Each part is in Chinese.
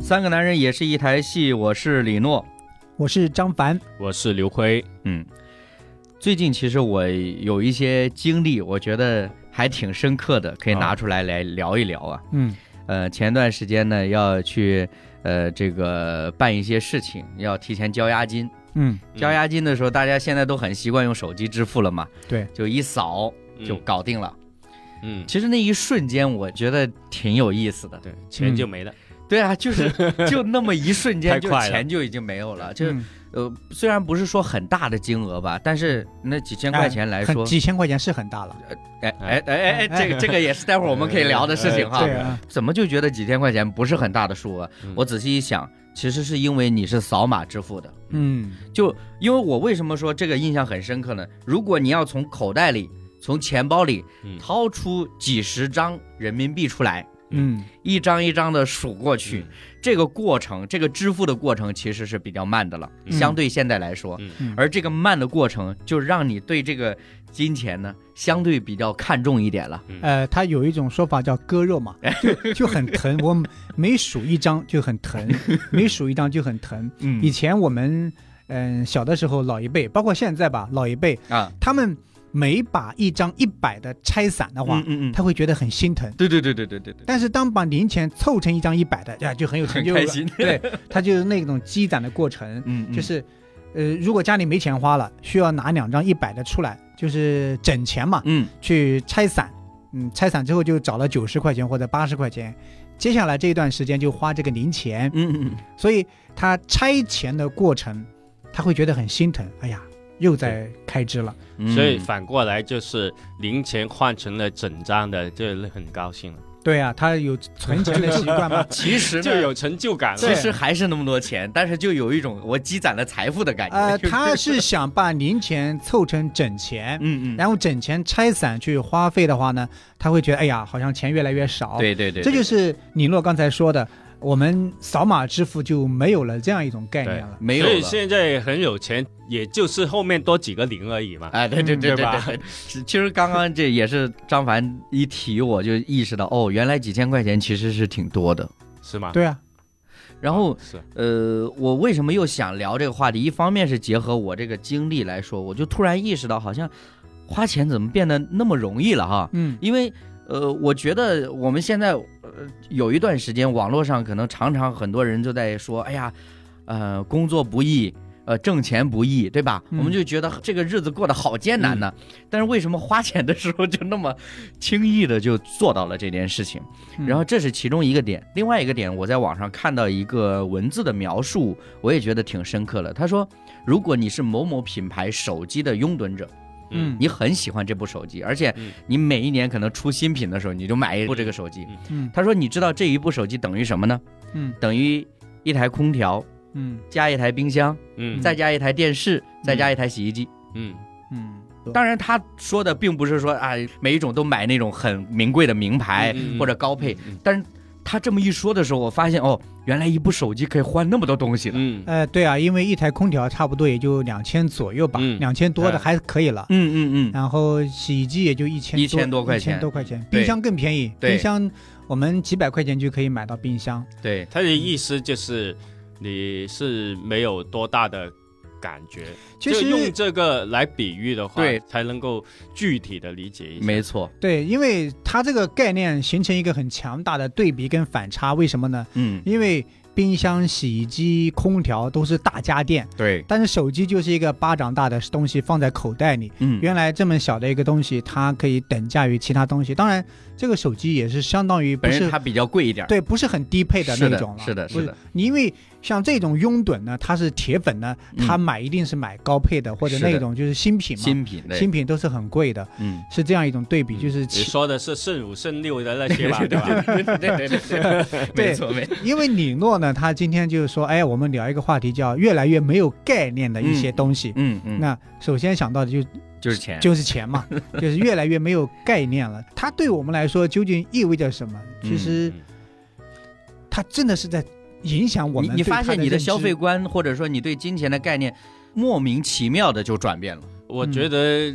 三个男人也是一台戏，我是李诺。我是张凡，我是刘辉，嗯，最近其实我有一些经历，我觉得还挺深刻的，啊可以拿出来来聊一聊啊。嗯呃，前段时间呢，要去呃这个办一些事情，要提前交押金。嗯，交押金的时候，大家现在都很习惯用手机支付了嘛，对，就一扫就嗯搞定了。嗯，其实那一瞬间，我觉得挺有意思的。对，钱就没了，对啊，就是就那么一瞬间， 太就快了钱就已经没有了。就嗯呃，虽然不是说很大的金额吧，但是那几千块钱来很说，几千块钱是很大了，哎哎哎哎，哎这个这个也是待会儿我们可以聊的事情哈哎。对啊，怎么就觉得几千块钱不是很大的数额？嗯我仔细一想，其实是因为你是扫码支付的。嗯就因为我为什么说这个印象很深刻呢？如果你要从口袋里、从钱包里嗯掏出几十张人民币出来，嗯一张一张的数过嗯去，这个过程，这个支付的过程其实是比较慢的了，嗯相对现在来说。嗯嗯而这个慢的过程，就让你对这个金钱呢，相对比较看重一点了。呃，他有一种说法叫割 肉嘛，就就很疼，我每数一张就很 疼，每数一张就很疼。以嗯前我们嗯、小的时候，老一辈，包括现在吧，老一辈啊，他们每把一张一百的拆散的话，嗯嗯嗯，他会觉得很心疼。对对对对对对对，但是当把零钱凑成一张一百的，呀，就很有成很就感开。心。对，他就是那种积攒的过程。嗯，嗯，就是，呃，如果家里没钱花了，需要拿两张一百的出来，就是整钱嘛，嗯去拆散。嗯，拆散之后就找了九十块钱或者八十块钱，接下来这一段时间就花这个零钱，嗯嗯所以他拆钱的过程，他会觉得很心疼。哎呀，又在开支了。嗯，？所以反过来就是零钱换成了整张的，就很高兴了，对啊，他有存钱的习惯吗 其实呢就有成就感其了。实还是那么多钱，但是就有一种我积攒了财富的感觉。呃，就是他是想把零钱凑成整钱， 嗯嗯，然后整钱拆散去花费的话呢，他会觉得哎呀，好像钱越来越少。对对对，这就是是李诺刚才说的，我们扫码支付就没有了这样一种概念了。没有所以了。现在很有钱，也就是后面多几个零而已嘛。 哎，对对嗯对对吧对，是其实刚刚这也是张凡一提，我就意识到哦，原来几千块钱其实是挺多的。是吗？对啊，然后是，呃，我为什么又想聊这个话题？一方面是结合我这个经历来说，我就突然意识到，好像花钱怎么变得那么容易了哈？嗯因为呃，我觉得我们现在呃有一段时间，网络上可能常常很多人就在说，哎呀，呃，工作不易，呃，挣钱不易，对吧？嗯我们就觉得这个日子过得好艰难呢。但是为什么花钱的时候就那么轻易的就做到了这件事情？嗯然后这是其中一个点，另外一个点，我在网上看到一个文字的描述，我也觉得挺深刻的。他说，如果你是某某品牌手机的拥趸者，嗯你很喜欢这部手机，而且嗯你每一年可能出新品的时候，你就买一部这个手机嗯。嗯他说，你知道这一部手机等于什么呢？嗯等于一台空调，嗯加一台冰箱，嗯再加一台电视，再加一台洗衣机。嗯嗯，当然，他说的并不是说啊，每一种都买那种很名贵的名牌嗯嗯嗯或者高配，嗯但是他这么一说的时候，我发现哦，原来一部手机可以换那么多东西了。嗯呃，对啊，因为一台空调差不多也就两千左右吧，嗯两千多的哎还可以了。嗯嗯嗯，然后洗衣机也就一千1000多块钱一千多块钱，对冰箱更便宜，对冰箱我们几百块钱就可以买到冰箱。对，他的意思就是你是没有多大的感觉，其就用实这个来比喻的话，对才能够具体的理解一下。没错。对，因为它这个概念形成一个很强大的对比跟反差，为什么呢？嗯，因为冰箱、洗衣机、空调都是大家电，对，但是手机就是一个巴掌大的东西放在口袋里，嗯，原来这么小的一个东西，它可以等价于其他东西。当然，这个手机也是相当于不本身是它比较贵一点。对，不是很低配的是那的种了。是的不是的你因为像这种拥趸呢，他是铁粉呢，嗯他买一定是买高配的或者是的那种就是新品嘛，新品对，新品都是很贵的，嗯，是这样一种对比，就是你其说的是圣五圣 六的那些吧，对吧？对对对对，对没错没错， 因为李诺呢，他今天就是说，哎，我们聊一个话题叫越来越没有概念的一些东西。嗯嗯，那首先想到的就就是钱，就是 钱嘛，就是越来越没有概念了。它对我们来说究竟意味着什么？其实嗯它真的是在影响我你们你对发它现你的认知消费观或者说你对金钱的概念，莫名其妙的就转变了。我觉得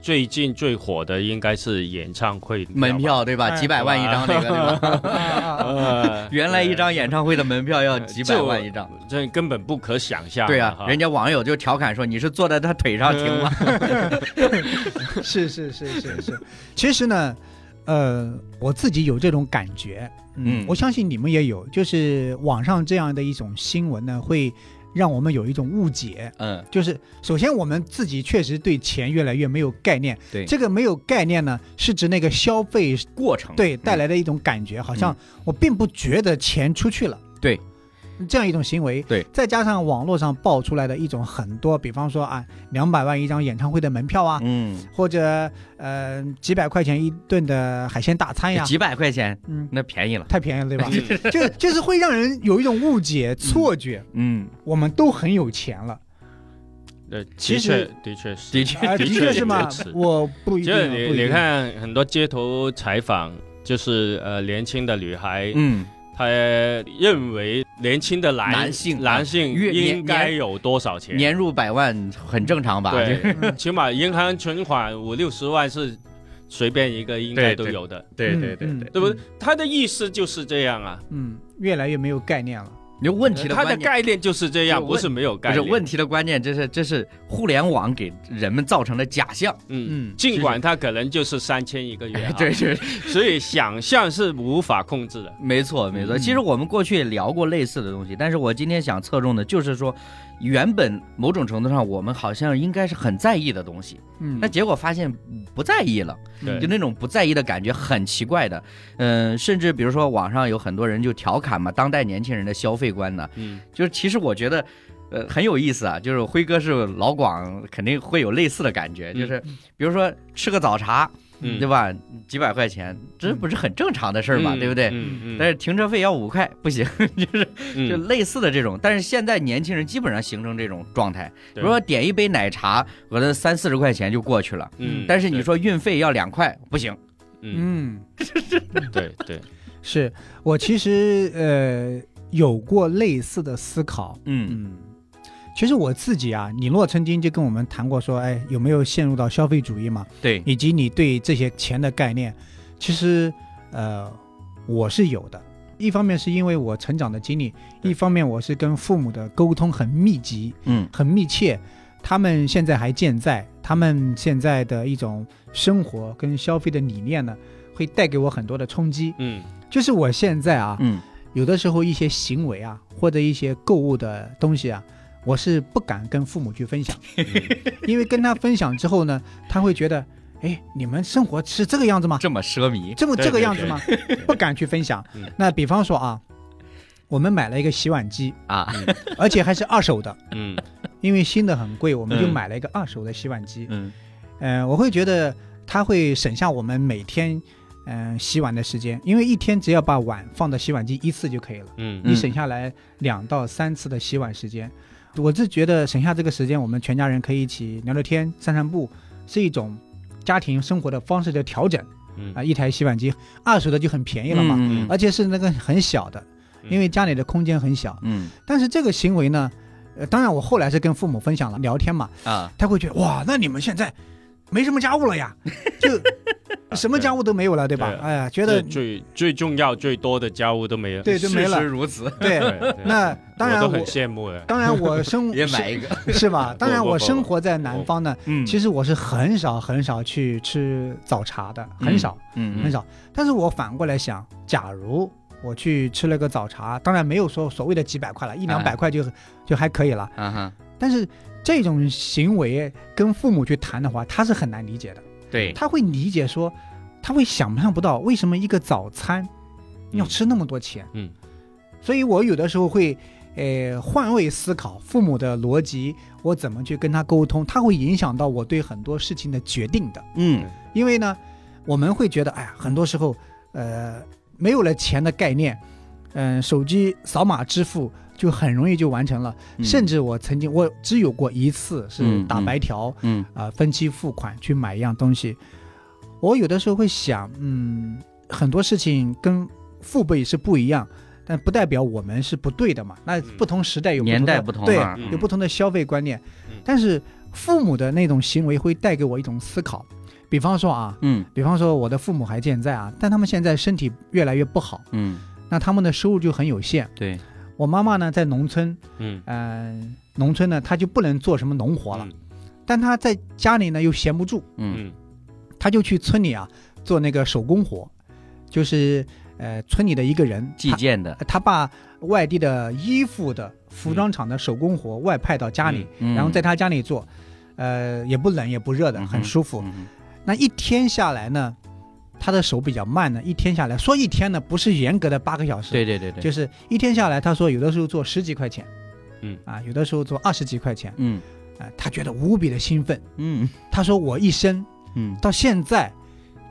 最近最火的应该是演唱会门吧，票对吧？哎几百万一张那个对吧？啊呃 原来一张演唱会的门票要几百万一张。这根本不可想象。对啊哈，人家网友就调侃说你是坐在他腿上听吗？是是是是是，其实呢，呃，我自己有这种感觉，嗯我相信你们也有，就是网上这样的一种新闻呢，会让我们有一种误解。嗯，就是首先我们自己确实对钱越来越没有概念，对这个没有概念呢，是指那个消费过程对带来的一种感觉，好像我并不觉得钱出去了。嗯对。这样一种行为，对，再加上网络上爆出来的一种很多，比方说啊，两百万一张演唱会的门票啊，嗯，或者呃几百块钱一顿的海鲜大餐哎呀，哎几百哎块钱嗯，那便宜了，太便宜了，对吧？ 嗯就就是会让人有一种误解、错觉，嗯，我们都很有钱了，呃，的其确实的确是的 确啊，的确确是嘛如此，我不一定就啊，是不一你定你，看很多街头采访，就是呃年轻的女孩，嗯，她认为年轻的男男性啊男性月年应该有多少钱？年入百万很正常吧？对， 嗯起码银行存款五六十万是随便一个应该对都对有的，对对对对对不对？他的意思就是这样啊，嗯，越来越没有概念了，你问题的他观的念概念就是这样，就问不是没有不概是念。问题的关键，这是这是互联网给人们造成的假象。嗯嗯，尽管他可能就是三千一个月、啊， 对， 对，所以想象是无法控制的。没错没错。嗯其实我们过去也聊过类似的东西，但是我今天想侧重的就是说，原本某种程度上我们好像应该是很在意的东西，嗯那，结果发现不在意了。对就那种不在意的感觉很奇怪的，嗯、甚至比如说网上有很多人就调侃嘛，当代年轻人的消费观呢，嗯，就是其实我觉得，呃，很有意思啊，就是辉哥是老广，肯定会有类似的感觉，嗯就是比如说吃个早茶，嗯对吧？几百块钱，这不是很正常的事儿嘛，嗯对不对？嗯嗯，但是停车费要五块，不行，就是嗯就类似的这种，但是现在年轻人基本上形成这种状态，比对如说点一杯奶茶，我的三四十块钱就过去了，嗯，但是你说运费要两块，不行，对，嗯，嗯，对对，是我其实呃有过类似的思考，嗯嗯。其实我自己啊，李诺曾经就跟我们谈过说，哎，有没有陷入到消费主义嘛？嗯对，以及你对这些钱的概念，其实呃我是有的。一方面是因为我成长的经历，对一方面我是跟父母的沟通很密集、嗯很密切。他们现在还健在，他们现在的一种生活跟消费的理念呢，会带给我很多的冲击。嗯就是我现在啊，嗯有的时候一些行为啊，或者一些购物的东西啊，我是不敢跟父母去分享，嗯 因为跟他分享之后呢，他会觉得，哎，你们生活是这个样子吗？这么奢靡，这么对这个对样子对吗？ 不敢去分享嗯。那比方说啊，我们买了一个洗碗机，啊，而且还是二手的，嗯因为新的很贵，我们就嗯买了一个二手的洗碗机。嗯嗯，我会觉得它会省下我们每天嗯、呃洗碗的时间，因为一天只要把碗放到洗碗机一次就可以了。嗯你省下来两到三次的洗碗时间。我是觉得省下这个时间，我们全家人可以一起聊聊天、散散步，是一种家庭生活的方式的调整嗯啊。一台洗碗机，二手的就很便宜了嘛，嗯而且是那个很小的，嗯因为家里的空间很小。嗯但是这个行为呢，呃，当然我后来是跟父母分享了聊天嘛，啊，他会觉得哇，那你们现在没什么家务了呀，就什么家务都没有了，对吧对？哎呀，觉觉得最最重要最多的家务都没有。对就没了事实如此，对。 对，那当然我我都很羡慕的。 当然，我生 也买一个，是吧？当然，不不我不生活在南方呢，嗯其实我是很少很少去吃早茶的，很少嗯很少。但是我反过来想，假如我去吃了个早茶，当然没有说所谓的几百块了，一两百块就就还可以了。啊哈，但是这种行为跟父母去谈的话，他是很难理解的。对，嗯他会理解说，他会想象不到为什么一个早餐要吃那么多钱。嗯，所以我有的时候会，呃，换位思考父母的逻辑，我怎么去跟他沟通，他会影响到我对很多事情的决定的。嗯因为呢，我们会觉得，哎呀，很多时候，呃，没有了钱的概念，嗯、手机扫码支付就很容易就完成了。甚至我曾经，我只有过一次是嗯打嗯白条，嗯啊、分期付款去买一样东西，我有的时候会想，嗯，很多事情跟父辈是不一样，但不代表我们是不对的嘛。那不同时代有不年同的代不同啊对，嘛嗯有不同的消费观念嗯，但是父母的那种行为会带给我一种思考，比方说啊，嗯比方说我的父母还健在啊，但他们现在身体越来越不好，嗯，那他们的收入就很有限。对，我妈妈呢在农村，嗯，嗯，农村呢她就不能做什么农活了嗯，，但她在家里呢又闲不住，嗯嗯她就去村里啊做那个手工活，就是呃村里的一个人，计他件的，他把外地的衣服的服装厂的手工活外派到家里，然后在他家里做，呃也不冷也不热嗯的，嗯哼很舒服。嗯那一天下来呢，他的手比较慢呢，一天下来说一天呢，不是严格的八个小时，对对对对，就是一天下来，他说有的时候做十几块钱，嗯啊，有的时候做二十几块钱，嗯啊，他觉得无比的兴奋。嗯他说我一生嗯到现在，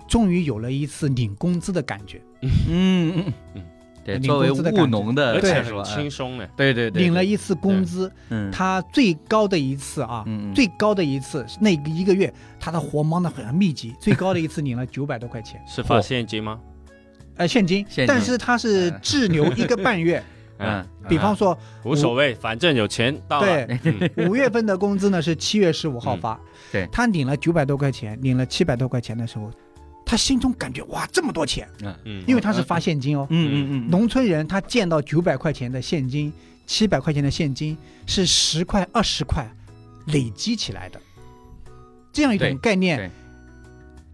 终于有了一次领工资的感觉，嗯嗯嗯，对，领作为工资的感务觉农的而且来很说，轻嗯松的，对对对，领了对一次工资。嗯他最高的一次啊，嗯嗯最高的一次那一个月，他的活忙得很密集，最高的一次领了九百多块钱，是发现金吗？呃，现金。 现金但是他是嗯滞留一个 半月，嗯啊比方说无所谓，反正有钱到了，对， 嗯五月份的工资呢是七月十五号发，嗯对他领了九百多块钱，领了七百多块钱的时候，他心中感觉哇这么多钱，嗯，因为他是发现金哦，嗯嗯嗯农村人他见到九百块钱的现金，七百块钱的现金是十块二十块累积起来的，这样一对种概对念。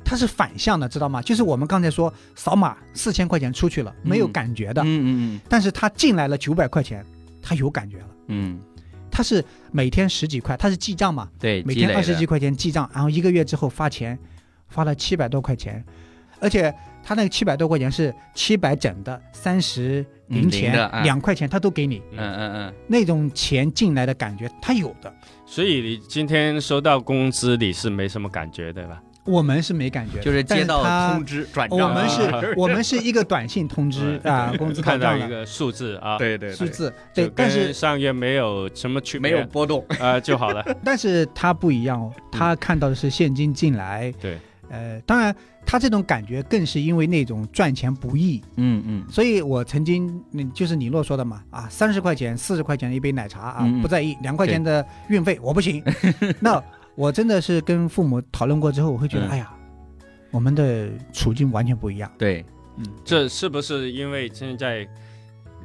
它是反向的，知道吗？就是我们刚才说扫码四千块钱出去了，没有嗯感觉的，嗯嗯但是他进来了九百块钱，他有感觉了。嗯嗯，他是每天十几块，他是记账嘛，对，每积累天二十的几块钱记账，然后一个月之后发钱，发了七百多块钱，而且他那个七百多块钱是七百整的，三十嗯零零钱的啊两、块钱他都给你，嗯嗯嗯。那种钱进来的感觉他有的，所以你今天收到工资，你是没什么感觉，对吧？我们是没感觉的，就是接到但通是知转他账了，我们啊是，我们是一个短信 通知啊，工资到看到账一了，个数字啊，对对数字就对，但跟是上月没有什么区没别，有波动，呃就 好了。但是他不一样哦，嗯他看到的是现金进来，对，呃，当然他这种感觉更是因为那种赚钱不易，嗯嗯所以我曾经，嗯，就是李诺说的嘛，啊，三十块钱、四十块钱一杯奶茶啊，嗯嗯不在意，两块钱的运费我 不行。那我真的是跟父母讨论过之后，我会觉得，嗯哎呀，我们的处境完全不一样。对，这是不是因为现在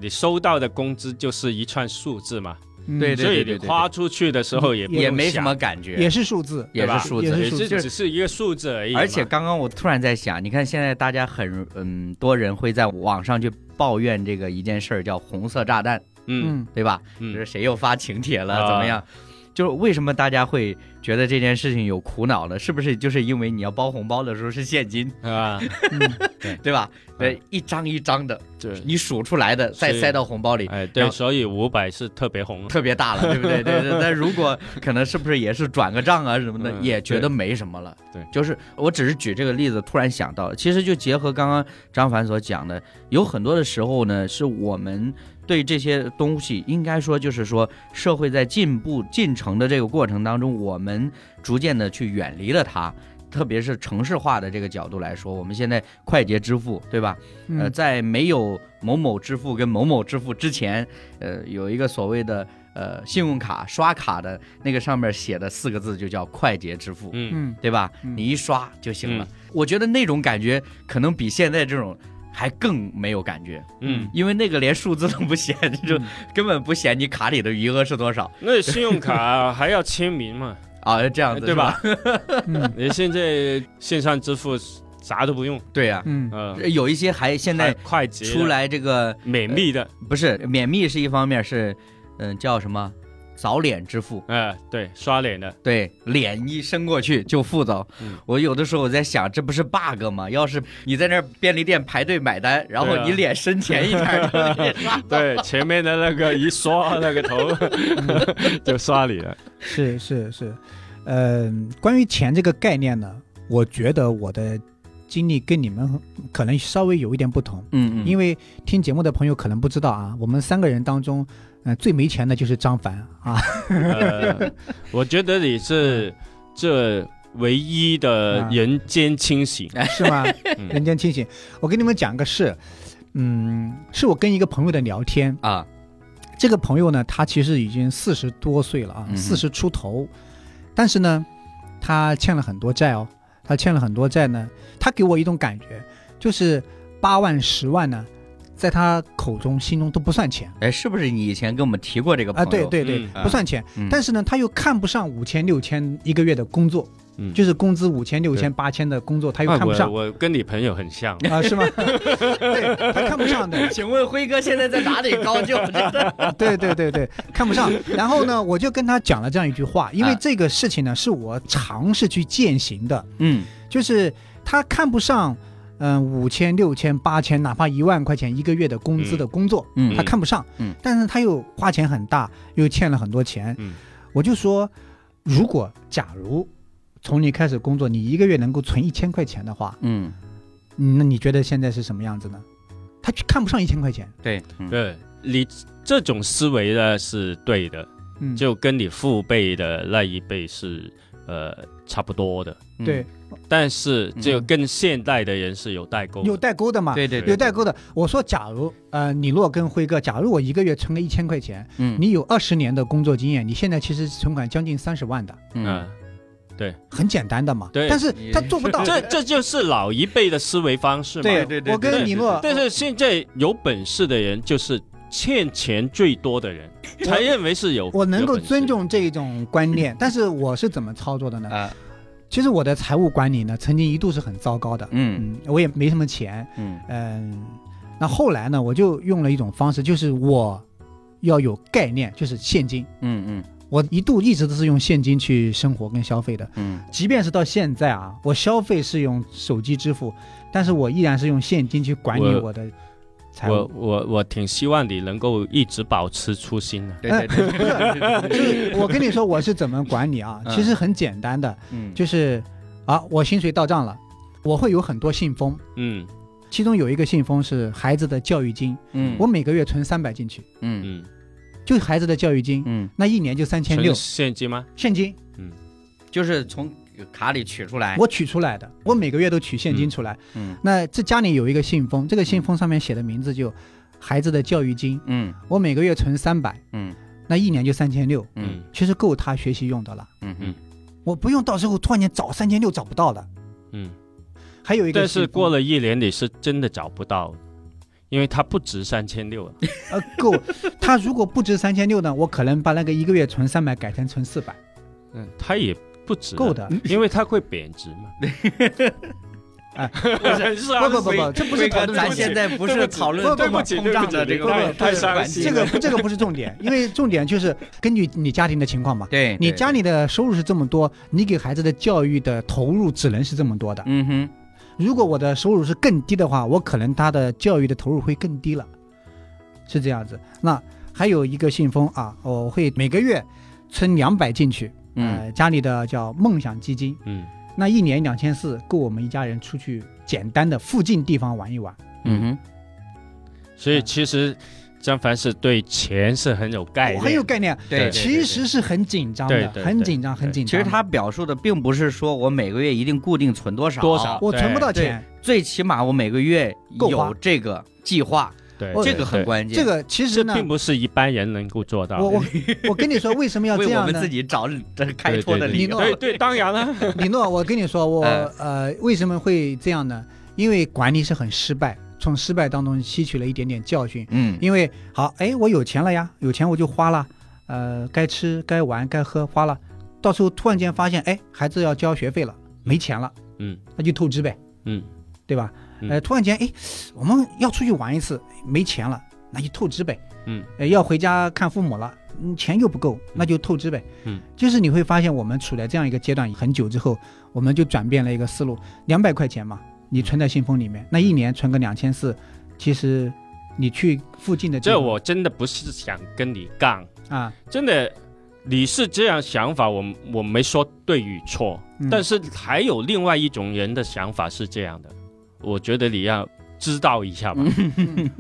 你收到的工资就是一串数字嘛？嗯对对所以你花出去的时候也也也不没用什想么感觉，也是数字，也对吧是数也字。是也数是字就是只是一个数字而已嘛。而且刚刚我突然在想，你看现在大家很嗯多人会在网上去抱怨这个一件事儿，叫红色炸弹，嗯嗯，对吧？就嗯是谁又发请帖了，啊怎么样？就是为什么大家会觉得这件事情有苦恼呢？是不是就是因为你要包红包的时候是现金，啊，嗯对吧？对，一张一张的，对， 你数出来的再是塞到红包里，哎然对，后所以五百是特别 红，特别大了，对不 对？对对。但如果可能是不是也是转个账啊什么的，嗯也觉得没什么了。对就是我只是举这个例子，突然想到，其实就结合刚刚张凡所讲的，有很多的时候呢，是我们对这些东西，应该说就是说，社会在进步进程的这个过程当中，我们逐渐的去远离了它。特别是城市化的这个角度来说，我们现在快捷支付，对吧？ 呃，嗯，在没有某某支付跟某某支付之前，呃，有一个所谓的呃信用卡刷卡的那个上面写的四个字就叫快捷支付，嗯，嗯，对吧？嗯你一刷就行了。我觉得那种感觉可能比现在这种还更没有感觉，嗯，因为那个连数字都不显，就嗯根本不显你卡里的余额是多少那信用卡还要签名嘛，啊，这样子对是吧？吧？嗯你现在线上支付啥都不用，对呀、嗯呃，有一些还现在快快捷出来这个免密的，不是免密是一方面是，嗯，叫什么扫脸支付。哎，对，刷脸的，对，脸一伸过去就付走。嗯我有的时候我在想，这不是 bug 吗？要是你在那儿便利店排队买单，然后对啊你脸伸前一点儿，就可以 刷到 对，前面的那个一刷那个头 就刷你了，嗯是是是，呃，关于钱这个概念呢，我觉得我的经历跟你们可能稍微有一点不同。嗯嗯，因为为听节目的朋友可能不知道啊，我们三个人当中，嗯、最没钱的就是张凡 啊， 呃，我觉得你是这唯一的人间清醒，是吗？嗯人间清醒。我跟你们讲个事，嗯，是我跟一个朋友的聊天，啊，这个朋友呢，他其实已经四十多岁了啊嗯，哼四十出头，但是呢，他欠了很多债哦，他欠了很多债呢，他给我一种感觉，就是八万、十万呢，在他口中、心中都不算钱哎，是不是你以前跟我们提过这个朋啊，友？对对对，嗯不算钱。嗯，但是呢，他又看不上五千、六千一个月的工作，嗯就是工资五千、六对千、八千的工作，他又啊看不上我我跟你朋友很 像，啊，是吗？ 对，他看不 上的，请问辉哥现在在哪里高 就？对对对对，看不上。然后呢，我就跟他讲了这样一句话，因为啊这个事情呢是我尝试去践行的，嗯就是他看不上，嗯，五千、六千、八千，哪怕一万块钱一个月的工资的工作，嗯他看不上，嗯但是他又花钱很大，又欠了很多钱，嗯我就说，如果假如从你开始工作，你一个月能够存一千块钱的话，嗯，嗯那你觉得现在是什么样子呢？他去看不上一千块钱，对，嗯对你这种思维呢是对的，嗯，就跟你父辈的那一辈是呃差不多的，嗯对，，但是就嗯跟现代的人是有代沟的，有代沟的嘛，对对嗯对对，有代沟的。我说，假如呃，你若跟辉哥，假如我一个月存个一千块钱，嗯你有二十年的工作经验，你现在其实存款将近三十万的，嗯嗯，很简单的嘛。对但是他做不到。啊这这就是老一辈的思维方啊式嘛。对对对我跟对李诺，但是现在有本事的人就是欠钱最多的人，才认为是有。 我能有够本事尊，重这种观 念，但是我是怎么操作的呢？啊其实我的财务管理呢，曾经一度是很糟糕的，嗯嗯，我也没什么钱，嗯嗯，那后来呢，我就用了一种方式，就是我要有概念，就是现金。嗯我一度一直都是用现金去生活跟消费的，嗯即便是到现在啊，我消费是用手机支付，但是我依然是用现金去管理我我的财我务。我我挺希望你能够一直保持初心的。对对对，，就是我跟你说我是怎么管理啊嗯其实很简单的，嗯就是啊，我薪水到账了，我会有很多信封，嗯其中有一个信封是孩子的教育金，嗯我每个月存三百进去，嗯嗯，就是孩子的教育金，嗯，那一年就三千存六现金吗？现金，就是从卡里取出来，我取出来的，我每个月都取现金出来。哎嗯那这家里有一个信封，这个信封上面写的名字就孩子的教育金，嗯我每个月存三百，嗯那一年就三千六，嗯其实够他学习用的了。嗯嗯嗯我不用到时候突然间找三千六找不到的。嗯，还有一个但信是封，过了一年，你是真的找不到，因为它不值三千六啊。呃够，他如果不值三千六呢，我可能把那个一个月存三百改成存四百，嗯，它也不值啊够，的。因为它会贬值嘛。 哎 是啊，不不不不，这不是讨哥，论咱重现点在不是讨论通胀的这个问题，这个这个不是重点，因为重点就是根据你家庭的情况嘛。哎对你家里的收入是这么多，你给孩子的教育的投入只能是这么多的。嗯哼如果我的收入是更低的话，我可能他的教育的投入会更低了，是这样子。那还有一个信封啊，我会每个月存两百进去，嗯呃，家里的叫梦想基金，嗯那一年两千四够我们一家人出去简单的附近地方玩一玩。嗯哼。所以其实张凡是对钱是很有概我念，很有概念，哎对对对其实是很紧张对的对，对很紧张，很紧张。其实他表述的并不是说我每个月一定固定存多少，多少我存不到啊对钱，最起码我每个月够有花这个计划，对哦这个很对关键。这个其实这呢，并不是一般人能够做到的。我我我跟你说为什么要这 为我样们呢自？己找这开对脱的对理对由。对对，当 然了，李诺，我跟你说，我嗯呃为什么会这样呢？因为管理是很失败，从失败当中吸取了一点点教训。嗯因为好，哎，我有钱了呀，有钱我就花了，呃，该吃该玩该喝花了，到时候突然间发现，哎，孩子要交学费了，没钱了，嗯那就透支呗，嗯，对吧？嗯呃，突然间，哎，我们要出去玩一次，没钱了，那就透支呗，嗯呃，要回家看父母了，嗯，钱又不够，那就透支呗，嗯，就是你会发现，我们处在这样一个阶段很久之后，我们就转变了一个思路，两百块钱嘛，你存在信封里嗯面，那一年存个两千四，其实你去附近的地这方我真的不是想跟你杠，啊，真的，你是这样想法，我我没说对与错，嗯但是还有另外一种人的想法是这样的，我觉得你要知道一下吧。嗯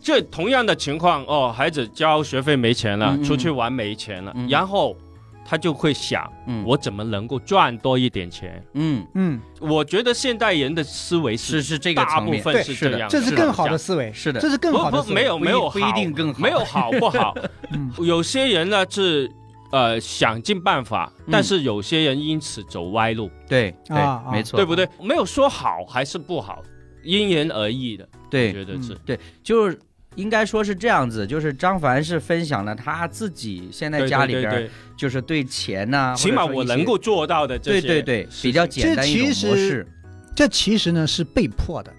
这同样的情况哦，孩子交学费没钱了，嗯嗯出去玩没钱了，嗯嗯然后他就会想，嗯我怎么能够赚多一点钱？嗯嗯，我觉得现代人的思维是是是这个大层部面，分是这的样，这是是更的好的思维，是的这是更好的不思维不没有不一没有不一定更好没有好不好 嗯，有些人呢是呃想尽办法，嗯但是有些人因此走歪路，对对啊，啊没错，对不？对？没有说好还是不好，因人而异的，我对，嗯觉得是。就是应该说是这样子，就是张凡是分享了他自己现在对家里对边对儿，就是对钱呐、起码或者说我一些能够做到的这对些，对对事，情比较简单一种这模其实式。这其实呢是被迫的，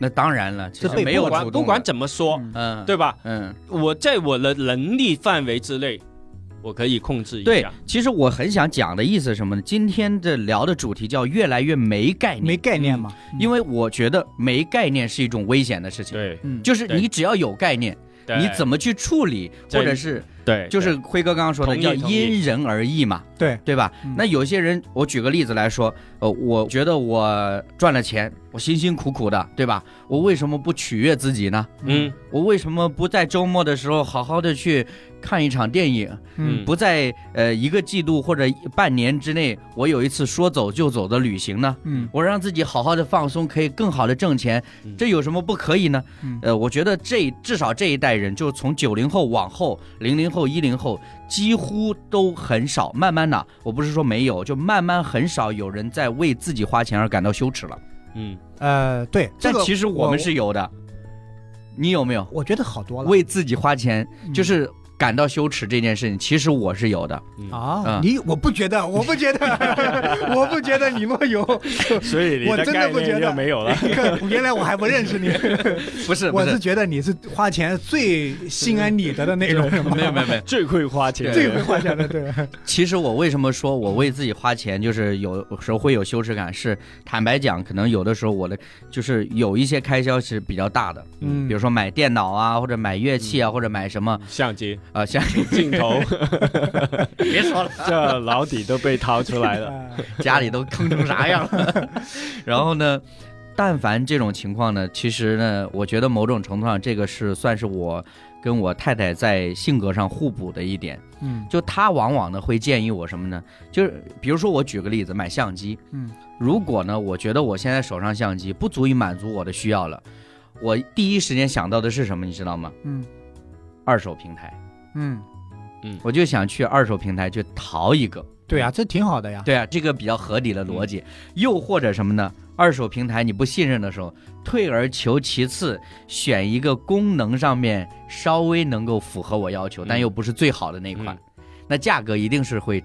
那当然了，其这实被没不有管主动不管的怎么说，嗯嗯，对吧？嗯。我在我的能力范围之内，我可以控制一对下。，其实我很想讲的意思是什么呢？今天的聊的主题叫越来越没概念，没概念嘛，嗯因为为我觉得没概念是一种危险的事情。对嗯就是对你只要有概念，对，你怎么去处理，对或者是对？就是辉哥刚刚说的，同意要同意因人而异嘛，对对吧嗯？那有些人，我举个例子来说，呃，我觉得我赚了钱，我辛辛苦苦的，对吧？我为什么不取悦自己呢？嗯我为什么不在周末的时候好好的去看一场电影？嗯不在呃一个季度或者半年之内，我有一次说走就走的旅行呢？嗯我让自己好好的放松，可以更好的挣钱嗯，这有什么不可以呢？嗯呃，我觉得这至少这一代人，就是从九零后往后，零零后、一零后，几乎都很少，慢慢的，我不是说没有，就慢慢很少有人在为自己花钱而感到羞耻了。嗯呃对，这但个其实我们是有的，你有没有？我觉得好多了，为自己花钱嗯就是感到羞耻这件事情，其实我是有 的。嗯，啊，嗯你我不觉得，我不 觉得， 我不觉得你们有，所以你我的真的概不觉念得就没有 了。原来我还不认识你，不是，不我是是，觉得你是花钱最心安理得的那种人嘛，没有没有没有。最会花钱， 最会花钱的，对，其实我为什么说我为自己花钱，就是有时候会有羞耻感，是坦白讲，可能有的时候我的就是有一些开销是比较大的，嗯比如说买电脑啊，或者买乐器啊，或者买什么相机啊，像镜头， 别说了， 这老底都被掏出来了。啊家里都坑成啥样了。然后呢，但凡这种情况呢，其实呢，我觉得某种程度上这个是算是我跟我太太在性格上互补的一点。 嗯就他往往呢会建议我什么呢？就是比如说我举个例子，买相机，嗯，如果呢我觉得我现在手上相机不足以满足我的需要了，我第一时间想到的是什么？你知道吗？嗯二手平台，嗯，我就想去二手平台去淘一个。对啊，这挺好的呀，对啊，这个比较合理的逻辑。又或者什么呢？二手平台你不信任的时候，退而求其次，选一个功能上面稍微能够符合我要求，嗯但又不是最好的那款，那价格一定是会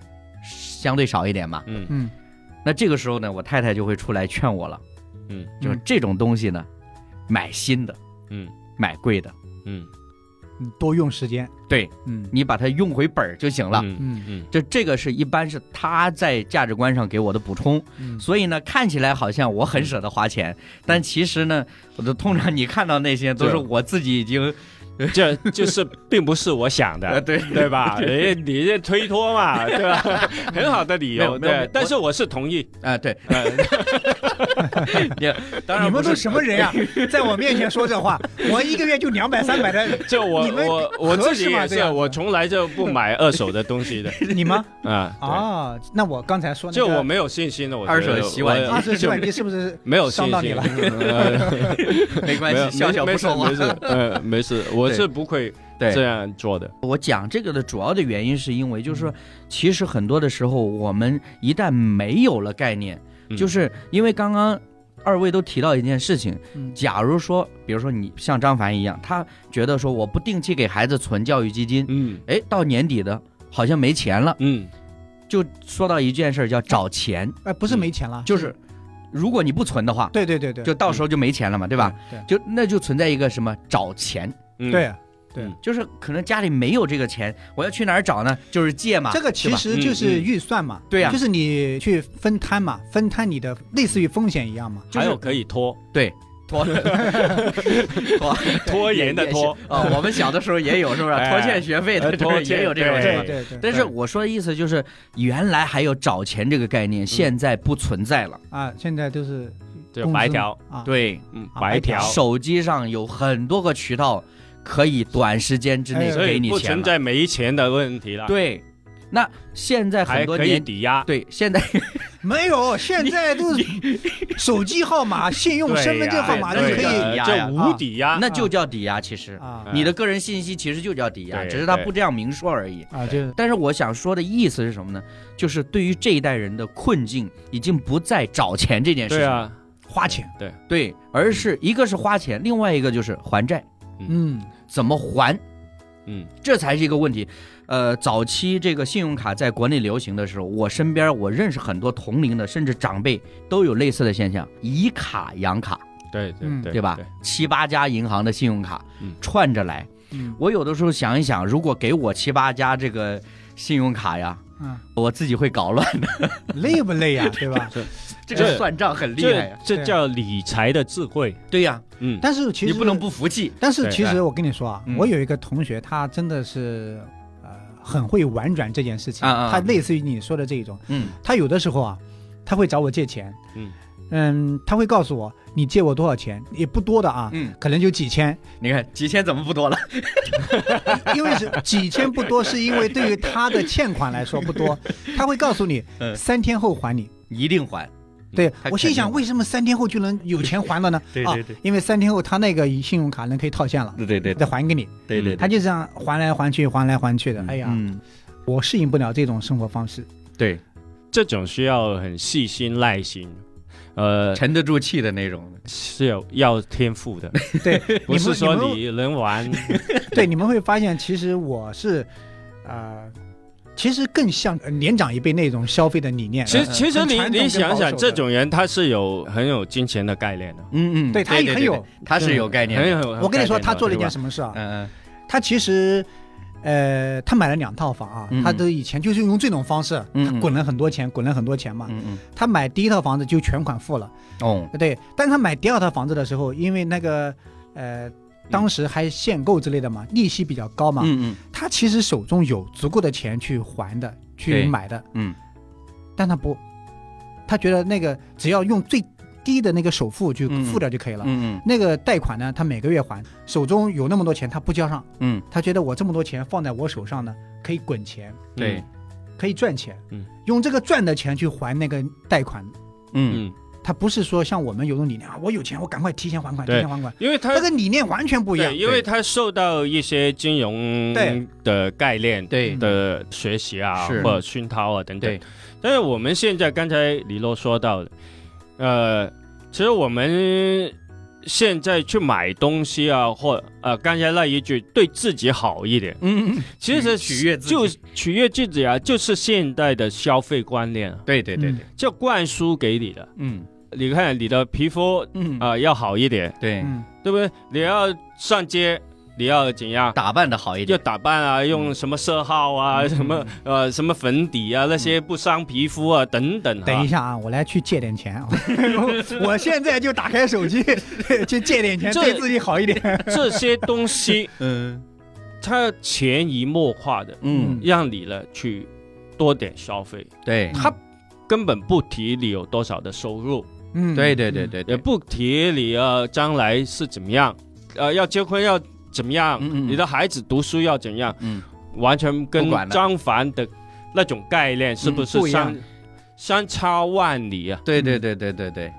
相对少一点嘛。嗯嗯，那这个时候呢，我太太就会出来劝我了，嗯就是嗯这种东西呢，买新的，嗯买贵的，嗯，你多用时间，对嗯你把它用回本儿就行了。嗯嗯嗯这这个是一般是他在价值观上给我的补充，嗯，所以呢，看起来好像我嗯很舍得花钱，但其实呢，我的通常你看到那些都是对我自己已经 这就是并不是我想呃的。对啊 对吧？你你这推脱嘛，对吧？ 很好的理没有由，没有没对有。但是我是同 意，啊对，呃，当然你们不都是什么人 呀、在我面前说这话，我一个月就两百三 百的，就我你们我我合自适己吗也这是，样子我从来就不买二手的东西 的你吗？啊。对啊，那我刚才说那就个我没有信心了，我觉得二手洗碗机我 二十洗碗机是不是没有伤信心到你了？呃 没没有关系，笑笑没不事说话没。事，呃，没事，我是不会对这样做的。我讲这个的主要的原因是因为，就是说，嗯其实很多的时候，我们一旦没有了概念，嗯就是因为刚刚二位都提到一件事情，嗯假如说，比如说你像张凡一样，他觉得说我不定期给孩子存教育基金，嗯哎，到年底的好像没钱了，嗯就说到一件事儿叫找钱，哎，不是没钱了，就是如果你不存的话，对对对对，嗯就到时候就没钱了嘛，对吧？？对就那就存在一个什么找钱，嗯，对，啊对嗯，就是可能家里没有这个钱，我要去哪儿找呢？就是借嘛，这个啊其对吧实就是预算嘛，对呀就是你去分摊嘛，分摊你的类似于风险一样嘛，还有可以 拖对。 拖拖拖延的拖，啊、我们小的时候也有，是不是？哎拖欠学费的，呃拖欠也有这种对情啊对况。对对，但是我说的意思就是，原来还有找钱这个概嗯念，现在不存在了。啊，现在都是就工资白条，啊，对，嗯，啊白条好白，手机上有很多个渠道可以短时间之内哎所给以你不钱存了。在没钱的问题了。对，那现在很还多可以年抵押，对现在没有，现在都是手机号码、信用对身份证呀号码都对可呀以抵押这呀无抵押，那就叫抵押，其实啊你的个人信息其实就叫抵押，对只是他对不这样明说而已。啊，就是但是我想说的意思是什么呢？就是对于这一代人的困境，已经不再找钱这件事对情，啊，花钱，对而是一个是花钱，另外一个就是还债，嗯，怎么还，嗯，这才是一个问题。呃，早期这个信用卡在国内流行的时候，我身边我认识很多同龄的，甚至长辈都有类似的现象，以卡养卡，对对嗯对，对吧？七八家银行的信用卡、嗯串着来，嗯我有的时候想一想，如果给我七八家这个信用卡呀，嗯，我自己会搞 乱的。累不累呀，对吧？这这个算账很厉害这呀。啊这叫理财的智慧，对呀，嗯，但是其你实不能，不服气。但是对其对实我跟你说啊嗯，我有一个同学，他真的是呃很会婉转这件事情，啊啊啊他类似于你说的这一种，嗯他有的时候啊，他会找我借钱，嗯嗯他会告诉我你借我多少钱，也不多的啊，嗯，可能就 几千，你看几千怎么不多了？ 因为是几千不多，是因为对于他的欠款来说 不多，他会告诉你嗯三天后还你。一定还。嗯对他我心肯定想，为什么三天后就能有钱还了呢？ 对啊，因为三天后他那个信用卡能可以套现了，对对对再还给你。对对，他就这样还来还去，还来还去的。哎呀，嗯，我适应不了这种生活 方式。对，这种需要很细心耐心，呃，沉得住气的那种。是有要天赋的，对，不是说你们你能 玩，对，你们会发现，其实我是，呃，其实更像呃年长一辈那种消费的理念。其实呃其实很你传统你跟想保守想，的这种人他是有很有金钱的概念的，嗯嗯，对他也很有，他是有概念很的。有。我跟你说，他做了一件事，什么事啊？嗯他其实，呃，他买了两套房啊嗯，他都以前就是用这种方式，嗯他滚了很多钱，滚了很多钱嘛。嗯嗯他买第一套房子就全款付了，嗯，哦，对。但他买第二套房子的时候，因为那个，呃，当时还限购之类的嘛，利息比较高嘛，嗯他其实手中有足够的钱去还的，去对买的，嗯但他不，他觉得那个只要用最低的那个首付去嗯付掉就可以了。嗯那个贷款呢，他每个月还，手中有那么多钱，他不交上，嗯嗯，他觉得我这么多钱放在我手上呢，可以滚钱，嗯对，可以赚钱，嗯，用这个赚的钱去还那个贷款。嗯嗯，他不是说像我们有种理念啊，我有钱我赶快提前还款，提对前还款，因为他那个理念完全不一样对，。因为他受到一些金融对的概念嗯对的学习啊，是或者熏陶啊等等对。，但是我们现在刚才李洛说到的，呃，其实我们现在去买东西啊，或呃刚才那一句对自己好一点，嗯，其实取取悦自己就取悦自己啊，就是现代的消费观念啊，对对对对，就灌输给你的。嗯你看你的皮肤嗯啊、，呃要好一点，对，嗯，对不对？你要上街，你要怎样？打扮的好一要点。嗯打扮啊，用什么色号啊，什么呃什么粉底啊，那些不伤皮肤啊等等、啊。等一下啊，我来去借点钱 啊！我现在就打开手机 去借点钱，这对自己好一点。这些 东西，嗯它潜移默化的嗯，让你呢去多点消费，对他根本不提你有多少的收入，嗯，对对对对也对，不提你呃将来是怎么样，呃要结婚要怎么样，嗯嗯嗯你的孩子读书要怎样，嗯完全跟不管了张凡的那种概念是不嗯是不一相、样相差万里啊？对对对对对对，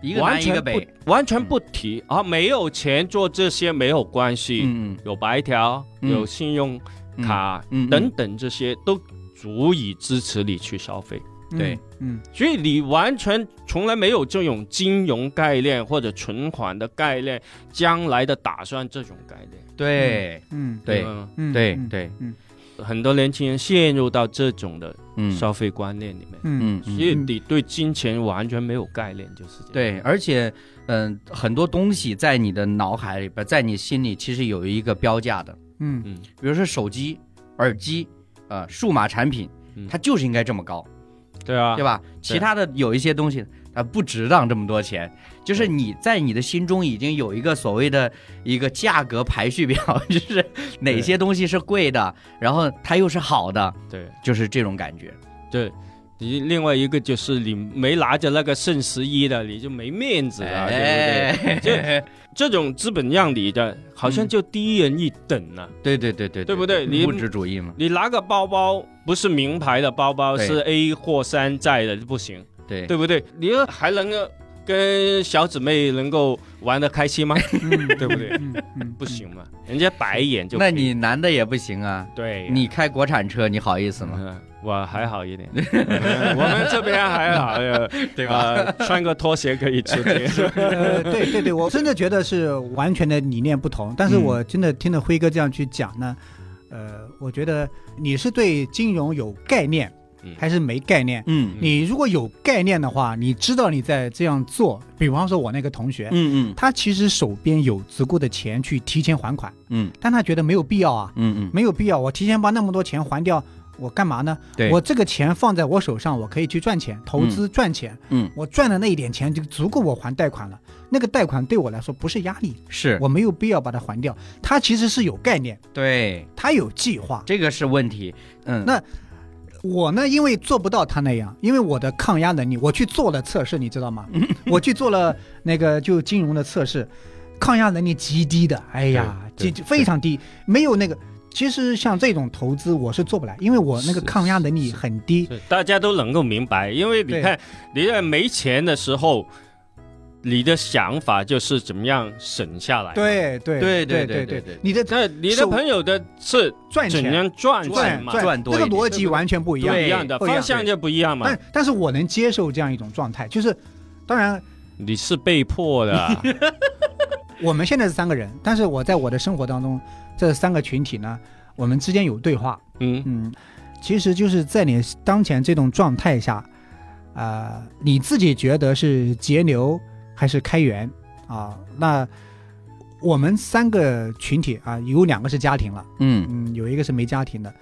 一个完南一全个不北，完全不提、啊，没有钱做这些没有关系，嗯有白条、嗯有信用嗯卡、嗯等等这些都足以支持你去消费。对，嗯所以你完全从来没有这种金融概念或者存款的概念，将来的打算这种概念，对嗯对嗯嗯，对嗯，对，很多年轻人陷入到这种的嗯消费观念里面，嗯嗯所以你对金钱完全没有概念，就是这样。对，而且嗯，很多东西在你的脑海里边，在你心里其实有一个标价的，嗯嗯，比如说手机、耳机。呃，数码产品嗯，它就是应该这么高，对啊，对吧？其他的有一些东西，它不值当这么多钱，就是对你在你的心中已经有一个所谓的一个价格排序表， 就是哪对些东西是贵的，然后它又是好的，对就是这种感觉。对，你另外一个就是你没拿着那个圣十一的，你就没面子了，对不对？哎，对这种资本让你的，好像就低人一等了、对对嗯对对，对不对你物质主义嘛，你拿个包包，不是名牌的包包，对是 A 或山寨的不行，对对不对？你还能够跟小姊妹能够玩得开 心吗？对不对？嗯嗯，不行嘛，人家白眼就那可以你男的也不行啊，对呀你开国产车，你好意思吗？嗯，我还好 一点，嗯我们这边还好，呃对吧？呃，穿个拖鞋可以 出去。呃，对对对，我真的觉得是完全的理念不同。但是嗯我真的听着辉哥这样去讲呢，呃，我觉得你是对金融有概念嗯，还是没概念？嗯你如果有概念的话，你知道你在这样做。比方说，我那个同学，嗯嗯他其实手边有足够的钱去提前还款，嗯但他觉得没有必要啊，嗯嗯，没有必要，我提前把那么多钱还掉，我干嘛呢？对，我这个钱放在我手上，我可以去赚钱，投资赚钱。嗯我赚的那一点钱就足够我还贷款了。那个贷款对我来说不是压力，是我没有必要把它还掉。他其实是有概念，对，他有计划。这个是问题。嗯，那我呢，因为做不到他那样，因为我的抗压能力，我去做了测试，你知道 吗？我去做了那个就金融的测试，抗压能力极低的，哎呀，对极对非常低，没有那个。其实像这种投资我是做不来，因为我那个是抗压能力很低。大家都能够明白，因为你对看你在没钱的时候，你的想法就是怎么样省下来。，对对对对对对对对对你的那你的手朋友的是赚怎钱样赚赚钱嘛，赚多这个一点逻辑完全不一样不对。一样的不一样方向就不一样嘛但。但是我能接受这样一种状态，就是当然你是被迫的，我们现在是三个人，但是我在我的生活当中，这三个群体呢，我们之间有对话，嗯，嗯，其实就是在你当前这种状态下，啊，你自己觉得是节流还是开源啊？那我们三个群体啊，有两个是家庭了。嗯嗯，有一个是没家庭的。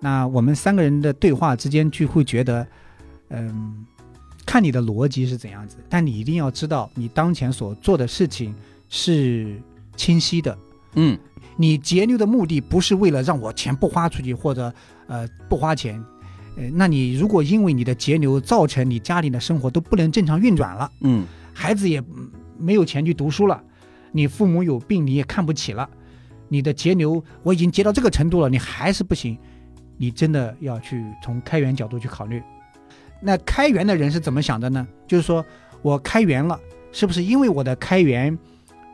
那我们三个人的对话之间就会觉得，嗯，看你的逻辑是怎样子，但你一定要知道你当前所做的事情是清晰的。嗯你节流的目的不是为了让我钱不花出去或者呃不花钱，呃，那你如果因为你的节流造成你家里的生活都不能正常运转了，嗯孩子也嗯没有钱去读书了，你父母有病你也看不起了，你的节流我已经节到这个程度了，你还是不行，你真的要去从开源角度去考虑。那开源的人是怎么想的呢？就是说我开源了，是不是因为我的开源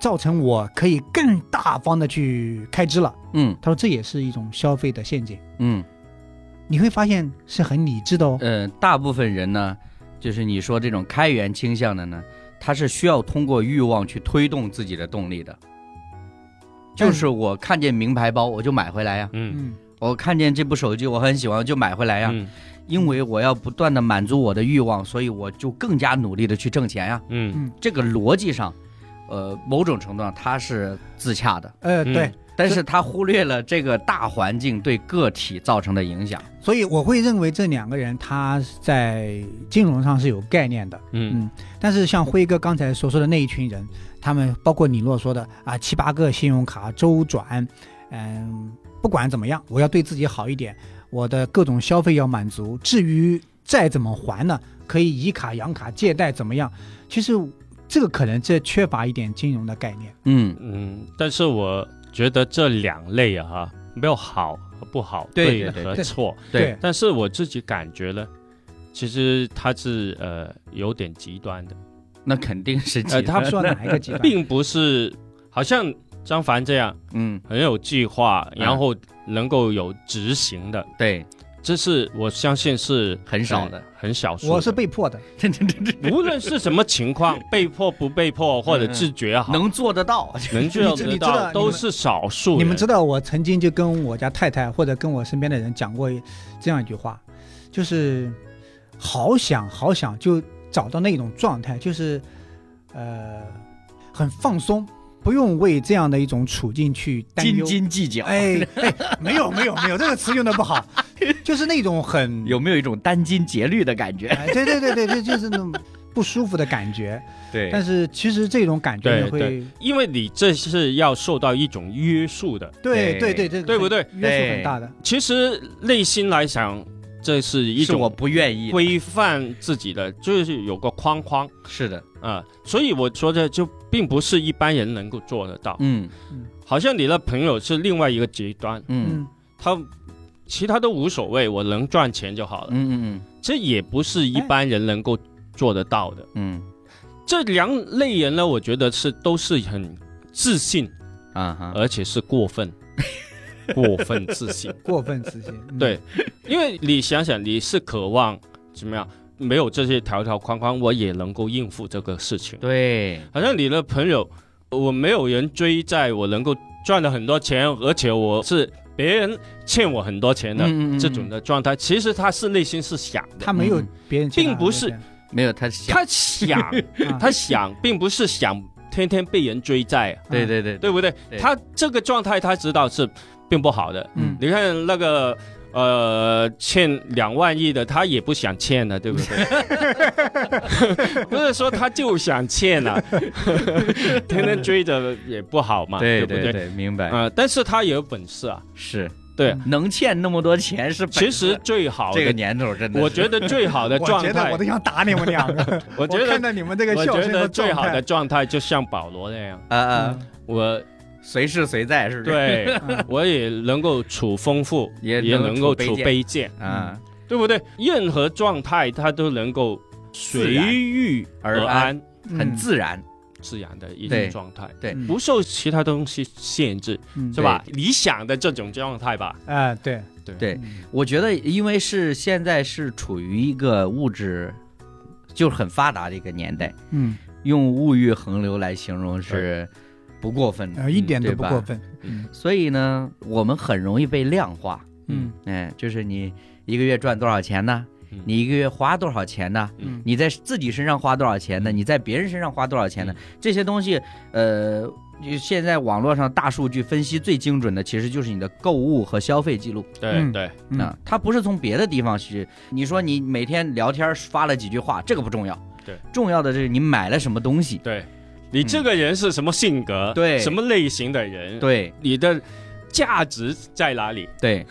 造成我可以更大方的去开支了？嗯他说这也是一种消费的陷阱，嗯，你会发现是很理智的哦。呃，大部分人呢，就是你说这种开源倾向的呢，他是需要通过欲望去推动自己的动力的。就是我看见名牌包，我就买回来呀；嗯，嗯，我看见这部手机，我很喜欢，我就买回来哎呀。嗯，因为我要不断的满足我的欲望，所以我就更加努力的去挣钱呀。嗯，这个逻辑上，呃，某种程度上它是自洽的，呃，对，但是它忽略了这个大环境对个体造成的影响。所以我会认为这两个人他在金融上是有概念的，嗯，但是像辉哥刚才所说的那一群人，他们包括李诺说的啊，七八个信用卡周转，嗯，不管怎么样，我要对自己好一点，我的各种消费要满足。至于再怎么还呢，可以以卡养卡，借贷怎么样？其实这个可能这缺乏一点金融的概念。嗯，嗯，但是我觉得这两类啊，哈，没有好和不好，对对对和对错。对，但是我自己感觉呢，其实它是呃有点极端的，那肯定是极呃端他说哪一个 极端？并不是好像张凡这样嗯，很有计划，嗯然后能够有执行的，对，这是我相信是很少的呃很少数的。我是被迫的，这这这这无论是什么情况，被迫不被迫或者嗯嗯自觉 好，能做得到。能做你知你得知道到你都们是少数。你们知道，我曾经就跟我家太太或者跟我身边的人讲过这样一句话，就是好想好想就找到那种状态，就是呃很放松，不用为这样的一种处境去担斤忧。斤计较，哎哎，没有没有没有，这个词用的不好，就是那种很有没有一种殚精竭虑的感觉？哎，对对对对，就就是那种不舒服的感觉。 对但是其实这种感觉对你会对因为你这是要受到一种约束的。对对对对，这个对不很对？约束对很大的。其实内心来想，这是一是我种不愿意的。规范自己的，就是有个框框是的，啊、所以我说的就并不是一般人能够做得到。嗯好像你的朋友是另外一个极端，嗯他其他都无所谓，我能赚钱就好嗯哎了，嗯这也不是一般人能够做得到的。嗯这两类人呢，我觉得是都是很自信，嗯啊哈，而且是 过分，过分自信。过分嗯自信，对，因为你想想，你是渴望怎么样？没有这些条条框框，我也能够应付这个事情。对，好像你的朋友，我没有人追债，我能够赚了很多钱，而且我是别人欠我很多钱的、嗯嗯嗯这种的状态，其实他是内心是想的，他没有嗯别人欠他并不是的没有他想，他想，钱，啊 他想，并不是想天天被人追债，啊啊对对对对不对？对他这个状态他知道是并不好的。嗯你看那个。呃，欠两万亿的他也不想欠啊了，对不对？ 不是说他就想欠 了，天天追着也不好嘛，对不对对对，明白，呃，但是他也有本事啊。是对，嗯能欠那么多钱是本事其实最好这个的，年头真的是，我觉得最好的我状觉得态我，都想打你们两个。 我觉看得到你们这个我笑觉声得和最状好的态，状态就像保罗那样，啊啊，嗯我随是随在是不是？对嗯 我也能够处丰富，也也能能够处卑处贱卑嗯贱，啊，对不对？任何状态他都能够自随然遇而而安安，嗯很自然，自嗯然的一对种状态，对不受其他东西限制，嗯是吧？理想的这种状态吧，哎，对对，我觉得，因为是现在是处于一个物质就是很发达的一个年代，嗯，用物欲横流来形容是不过分的，嗯呃，一点都对不吧过分，所以呢，我们很容易被量化。嗯哎，就是你一个月赚多少钱呢嗯？你一个月花多少钱呢？嗯你在自己身上花多少钱呢？你在别人身上花多少钱呢？这些东西，呃，就现在网络上大数据分析最精准的，其实就是你的购物和消费记录。对嗯对，嗯啊，他不是从别的地方去。你说你每天聊天发了几句话，这个不重要，对，重要的是你买了什么东西。对，你这个人是什么性格？对什么类型的人？，对你的价值在哪里？对，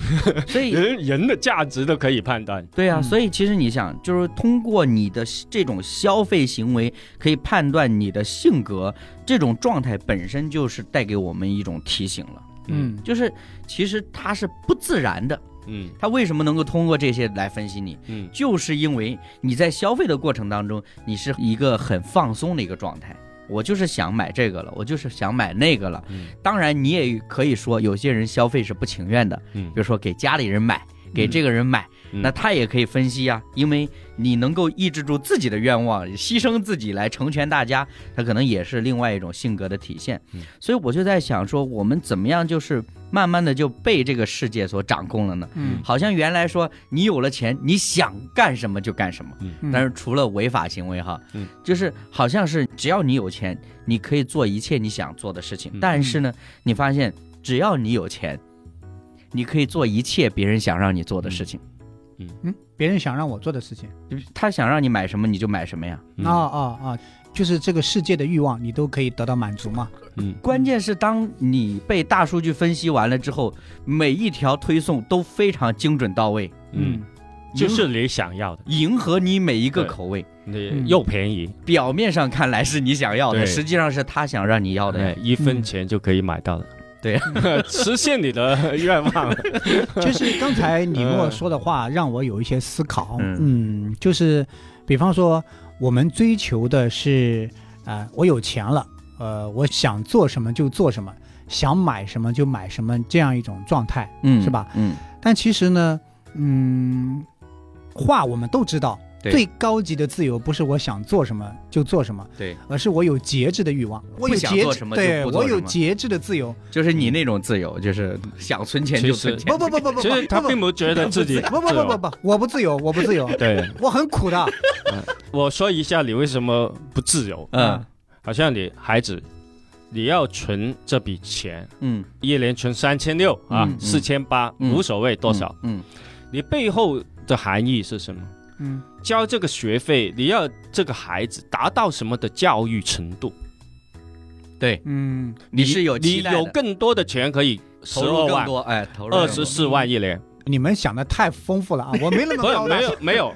所以人人的价值都可以判断。对啊，嗯所以其实你想，就是通过你的这种消费行为，可以判断你的性格，这种状态本身就是带给我们一种提醒了。嗯就是其实它是不自然的，嗯它为什么能够通过这些来分析你？嗯，就是因为你在消费的过程当中，你是一个很放松的一个状态。我就是想买这个了，我就是想买那个了。嗯当然，你也可以说，有些人消费是不情愿的，嗯比如说给家里人买，给这个人买，嗯那他也可以分析啊，因为你能够抑制住自己的愿望，牺牲自己来成全大家，他可能也是另外一种性格的体现。嗯所以我就在想说，我们怎么样就是慢慢的就被这个世界所掌控了呢？嗯，好像原来说你有了钱，你想干什么就干什么，嗯但是除了违法行为哈，嗯就是好像是只要你有钱，你可以做一切你想做的事情。嗯但是呢，你发现只要你有钱，你可以做一切别人想让你做的事情。嗯，别人想让我做的事情，就是他想让你买什么你就买什么呀。嗯啊啊啊，就是这个世界的欲望，你都可以得到满足嘛，嗯关键是当你被大数据分析完了之后，每一条推送都非常精准到位，嗯，就是你想要的，迎合你每一个对口味。你嗯又便宜，表面上看来是你想要的，对实际上是他想让你要的呀。哎一分钱就可以买到了。对，实现你的愿望。 就是刚才李默说的话，让我有一些思考。 嗯嗯，就是比方说，我们追求的是，啊，我有钱了，呃，我想做什么就做什么，想买什么就买什么这样一种状态。嗯是吧？嗯，但其实呢，嗯，话我们都知道，对最高级的自由不是我想做什么就做什么，对，而是我有节制的欲望，我有不想节做制什，么就对不做我什么有节制的自由。就是你那种自由，就是想存钱就存其钱不。不不不不，其实他不并不觉得自己不不不不不，我不自由，我不自由，对，我很苦的。我说一下你为什么不自由。嗯好像你孩子，你要存这笔钱，嗯，一年存三千六啊嗯，四千八嗯无所谓多少，嗯？你背后的含义是什么？嗯交这个学费，你要这个孩子达到什么的教育程度？嗯，对，嗯你是有期你待的有更多的钱可以十投入二更万、多，哎，投入二更多十四万一年，你们想的太丰富了啊，我没 那么不是高大没上。有没有，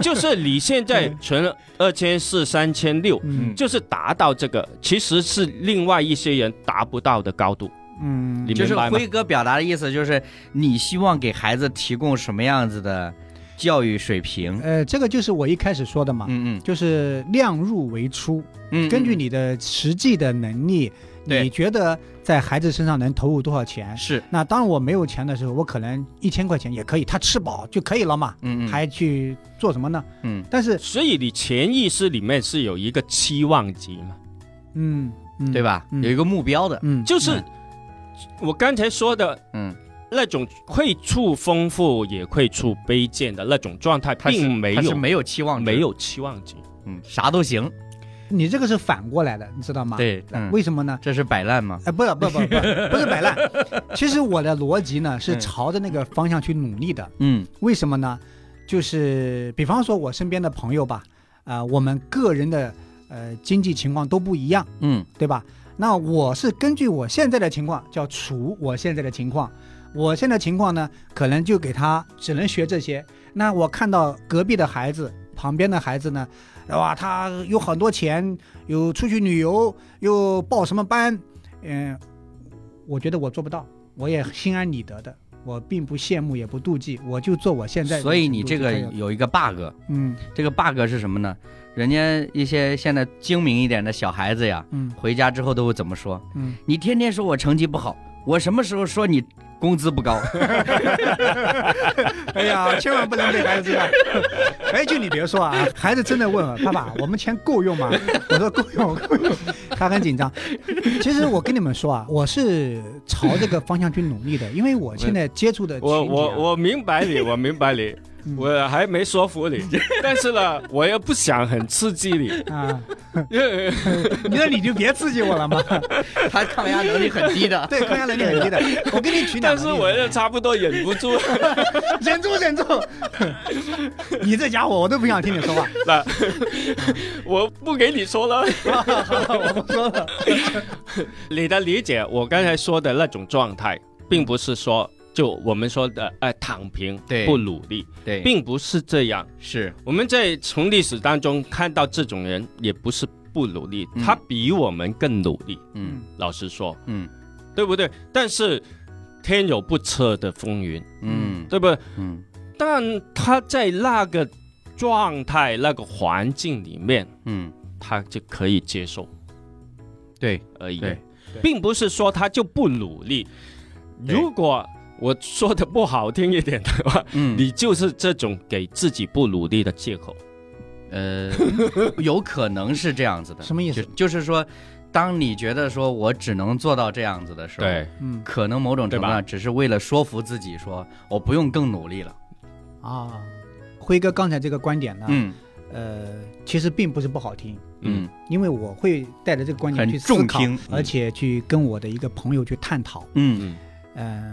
就是你现在存二千四、三千六，嗯就是达到这个，其实是另外一些人达不到的高度，嗯你，就是明白吗辉哥表达的意思，就是你希望给孩子提供什么样子的教育水平？呃，这个就是我一开始说的嘛，嗯嗯就是量入为出，嗯，根据嗯你的实际的能力，对你觉得在孩子身上能投入多少钱？是，那当我没有钱的时候，我可能一千块钱也可以，他吃饱就可以了嘛，嗯嗯，还去做什么呢？嗯但是，所以你潜意识里面是有一个期望值嘛，嗯，嗯对？吧？嗯有一个目标的，嗯，就是我刚才说的嗯，那种会触丰富也会触卑贱的那种状态，他是并没他有是没有期望值，没有期望值。嗯，啥都行，你这个是反过来的，你知道吗？，对，嗯为什么呢？这是摆烂吗？哎，不不不不，不是摆烂。其实我的逻辑呢是嗯朝着那个方向去努力的。嗯为什么呢？就是比方说我身边的朋友吧，啊、我们个人的呃经济情况都不一样，嗯对吧？那我是根据我现在的情况，叫除我现在的情况。我现在情况呢，可能就给他只能学这些。那我看到隔壁的孩子，旁边的孩子呢，哇，他有很多钱，有出去旅游，又报什么班，嗯、我觉得我做不到，我也心安理得的，我并不羡慕，也不妒忌，我就做我现在的程度所以你这就个可以了，有一个 bug，嗯这个 bug 是什么呢？人家一些现在精明一点的小孩子呀，嗯回家之后都会怎么说？嗯，你天天说我成绩不好，我什么时候说你工资不高？ 哎呀，千万不能被孩子这 样。哎，就你别说啊，孩子真的问我爸爸，我们钱够用吗？我说够用， 够用。他很紧张。其实我跟你们说啊，我是朝这个方向去努力 的，因为我现在接触的群体、啊，我我我明白你，我明白你，嗯我还没说服 你，但是呢，我又不想很刺激你，啊， 因为那你就别刺激我了 嘛。他抗压能力很低的。对，抗压能力很低的，我给你举两个但是例子我又差不多忍不住 了。忍住忍住， 你这家伙我都不想听你说话。那我不给你说了，我不说了， 你的理解，我刚才说的那种状态，并不是说就我们说的呃躺平，对不努力，对，并不是这样。是我们在从历史当中看到这种人，也不是不努力，嗯他比我们更努力。嗯老实说，嗯对不对？但是天有不测的风云，嗯对不对？嗯但他在那个状态、那个环境里面，嗯，他就可以接受对，而已对，并不是说他就不努力。对如果我说的不好听一点的话，嗯你就是这种给自己不努力的借口。呃， 有可能是这样子的，什么意就思？就是说，当你觉得说我只能做到这样子的时候，，嗯可能某种程度对上只是为了说服自己说我不用更努力了。啊，辉哥刚才这个观点呢，嗯呃，其实并不是不好听，嗯嗯，因为我会带着这个观点很去思中考听，而且去跟我的一个朋友去探讨。嗯嗯嗯、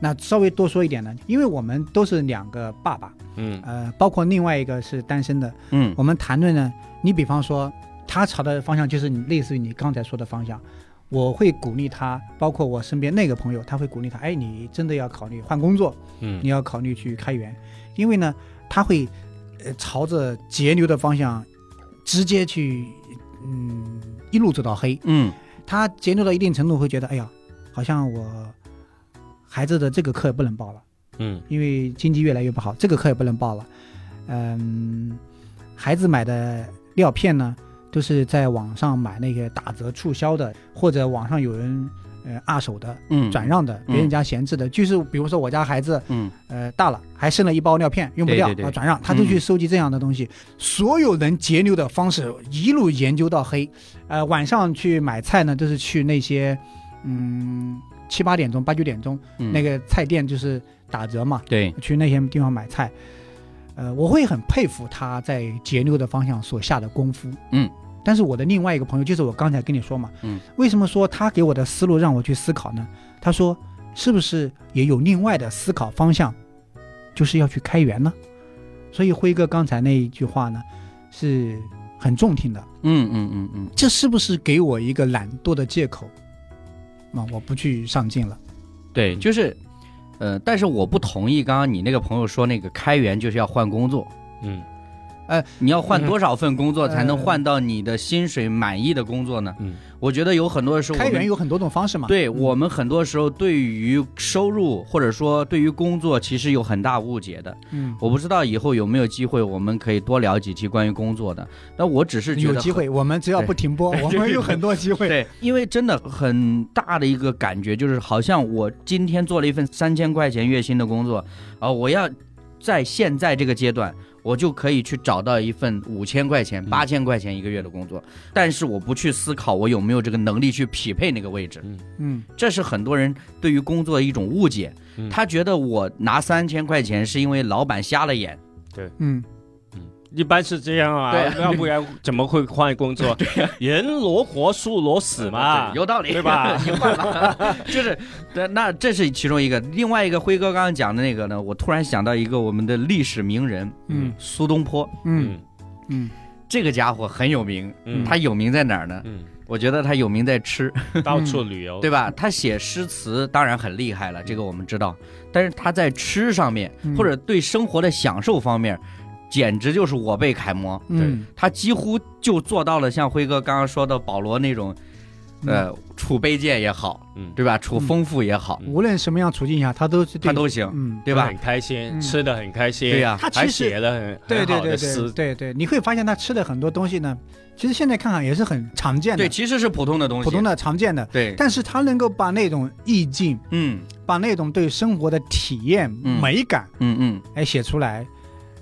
那稍微多说一点呢，因为我们都是两个爸爸，嗯呃，包括另外一个是单身的，嗯我们谈论呢，你比方说他朝的方向就是你类似于你刚才说的方向。我会鼓励他，包括我身边那个朋友，他会鼓励他，哎，你真的要考虑换工作，嗯你要考虑去开源，因为呢，它会呃朝着节流的方向直接去，嗯，一路走到黑。嗯它节流到一定程度，会觉得哎呀，好像我孩子的这个课也不能报了，嗯因为经济越来越不好，这个课也不能报了。嗯，孩子买的料片呢，都是在网上买那个打折促销的，或者网上有人呃二手的、嗯，转让的，别人家闲置的，就是比如说我家孩子。嗯呃大了，还剩了一包尿片，用不对掉对对嗯啊，转让，他就去收集这样的东西。所有能节流的方式一路研究到黑，呃，晚上去买菜呢，都是去那些嗯七八点钟、八九点钟、嗯那个菜店，就是打折嘛，对，去那些地方买菜。呃，我会很佩服他在节流的方向所下的功夫。嗯，但是我的另外一个朋友，就是我刚才跟你说嘛，嗯，为什么说他给我的思路让我去思考呢？他说，是不是也有另外的思考方向，就是要去开源呢？所以辉哥刚才那一句话呢，是很中听的。嗯嗯嗯嗯，这是不是给我一个懒惰的借口？啊，我不去上进了。对，就是呃，但是我不同意刚刚你那个朋友说那个开源就是要换工作，嗯你要换嗯多少份工作才能呃换到你的薪水满意的工作呢？嗯我觉得有很多的时候我开们源有很多种方式嘛。嗯对我们很多时候对于收入或者说对于工作其实有很大误解的。嗯，我不知道以后有没有机会，我们可以多聊几期关于工作的。但我只是觉有得机很。会，我们只要不 停播，我们有很多机会。对，因为真的很大的一个感觉就是，好像我今天做了一份三千块钱月薪的工作，啊、我要在现在这个阶段，我就可以去找到一份五千块钱、八千块钱一个月的工作，但是我不去思考我有没有这个能力去匹配那个位置。嗯，这是很多人对于工作的一种误解，嗯他觉得我拿三千块钱是因为老板瞎了眼，嗯，嗯，一般是这样啊，对啊要不然怎么会换工 作？人罗活，树罗死嘛啊对。有道理，对 吧你换吧，就是，对，那这是其中一个，另外一个辉哥刚刚讲的那个呢，我突然想到一个我们的历史名人，嗯苏东坡，嗯嗯，这个家伙很有名，嗯他有名在哪儿呢？嗯，哦我觉得他有名在吃，到处旅游，对吧？他写诗词当然很厉害了，这个我们知道，但是他在吃上面嗯或者对生活的享受方面，简直就是我辈楷模，嗯，他几乎就做到了像辉哥刚刚说的保罗那种，呃，储备界也好。嗯，对吧？处丰富也好，嗯无论什么样处境下，他都是对他，都行，嗯，对吧很？开心，嗯吃的很开心，对呀他还其实写了很对很对好对的对诗，对对，你会发现他吃的很多东西呢，其实现在看看也是很常见的对，，其实是普通的东西，普通的常见的，对，但是他能够把那种意境，嗯把那种对生活的体验、嗯美感，嗯嗯，哎，写出来，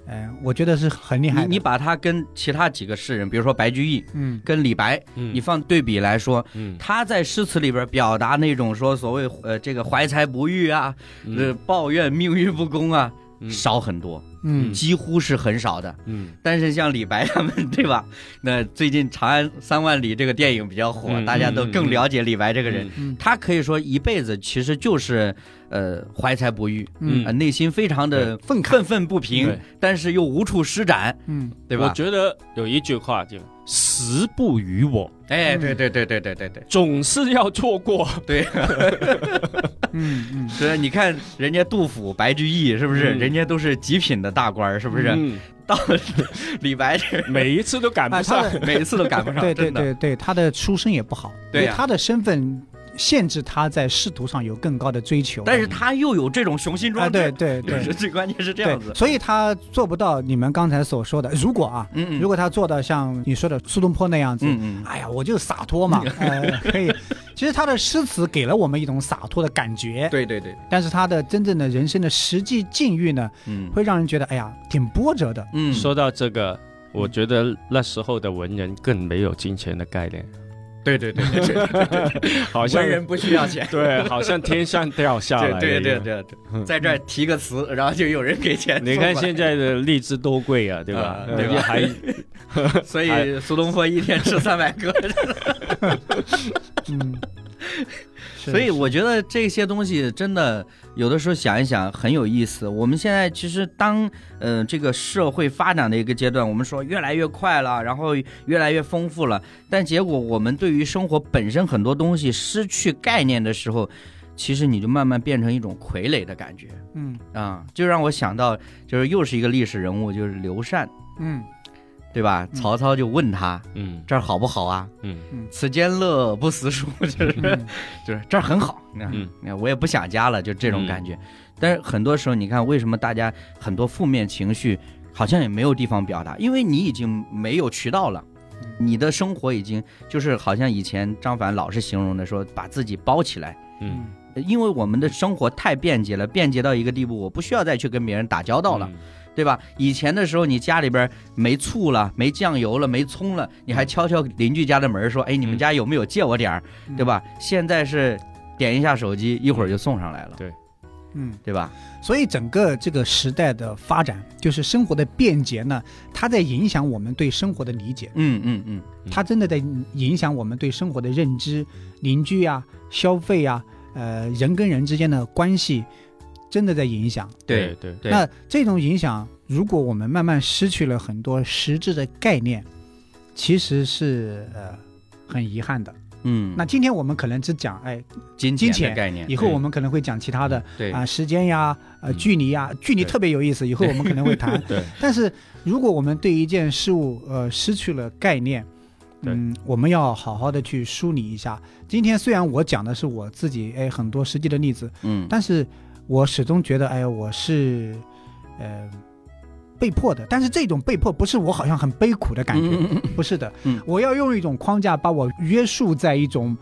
嗯，我觉得是很厉害你的。你把它跟其他几个诗人，比如说白居易嗯跟李白，嗯你放对比来说，嗯他在诗词里边表达那种说所谓呃这个怀才不遇啊，呃嗯抱怨命运不公啊，嗯少很多，嗯几乎是很少的。嗯但是像李白他们，对吧？那最近《长安三万里》这个电影比较火，嗯大家都更了解李白这个人。嗯他可以说一辈子其实就是呃怀才不遇，嗯呃，内心非常的愤慨愤愤不平对，但是又无处施展，嗯对我吧？觉得有一句话就“时不与我哎，嗯对对对对对对对”，总是要错过。对，嗯 嗯，所以你看人家杜甫、白居易是不是？嗯人家都是极品的大官儿，是不啊是？嗯到 李白 这每一次都赶不哎他上的。每次都赶不上，对对啊真的对对，他的出身也不好，对因为呀他的身份限制他在仕途上有更高的追求。但是他又有这种雄心啊，壮对志，对 就对是最关键是这样子对，。所以他做不到你们刚才所说的。如果啊，嗯嗯，如果他做到像你说的苏东坡那样子，嗯嗯哎呀，我就洒 脱嘛，呃，可以。其实他的诗词给了我们一种洒脱的感觉，对对对，但是他的真正的人生的实际境遇呢，嗯会让人觉得哎呀，挺波折的。嗯说到这个，我觉得那时候的文人更没有金钱的概念，对对对对 对，好像文人不需要钱。对，好像天上掉下来。 对对。对对，嗯在这儿提个词，然后就有人给 钱。你看现，在的荔枝多贵啊，对吧啊？对吧也还所以苏东坡一天吃三百个。嗯，是所以我觉得这些东西真的有的时候想一想很有意思。我们现在其实当呃这个社会发展的一个阶段，我们说越来越快了，然后越来越丰富了，但结果我们对于生活本身很多东西失去概念的时候，其实你就慢慢变成一种傀儡的感觉嗯啊、就让我想到就是又是一个历史人物，就是刘禅。 嗯对吧？嗯曹操就问他嗯这儿好不好啊？嗯此间乐不思蜀，就是嗯就是这儿很好。嗯嗯，那我也不想家了，就这种感觉。但是很多时候，你看为什么大家很多负面情绪好像也没有地方表达，因为你已经没有渠道了。你的生活已经就是好像以前张凡老是形容的说，把自己包起来，嗯，因为我们的生活太便捷了，便捷到一个地步，我不需要再去跟别人打交道嗯了。对吧？以前的时候，你家里边没醋了、没酱油了、没葱了，你还敲敲邻居家的门儿说：“哎，你们家有没有借我点儿？”嗯对吧？现在是点一下手机，一会儿就送上来了，嗯，对吧？所以整个这个时代的发展，就是生活的便捷呢，它在影响我们对生活的理解，嗯嗯嗯，嗯它真的在影响我们对生活的认知、邻居啊、消费啊、呃人跟人之间的关系，真的在影响。对对对那这种影响，如果我们慢慢失去了很多实质的概念，其实是呃很遗憾的。嗯，那今天我们可能只讲哎，金钱金钱的概念，以后哎对嗯我们可能会讲其他的对啊，时间呀，呃，嗯距离呀，距离对特别有意思，以后我们可能 会谈。对，但是如果我们对一件事物呃失去了概念，对嗯，我们要好好的去梳理一下。今天虽然我讲的是我自己哎很多实际的例子，嗯，但是我始终觉得哎呀我是呃被迫的，但是这种被迫不是我好像很悲苦的感觉，嗯嗯嗯不是的，嗯我要用一种框架把我约束在一种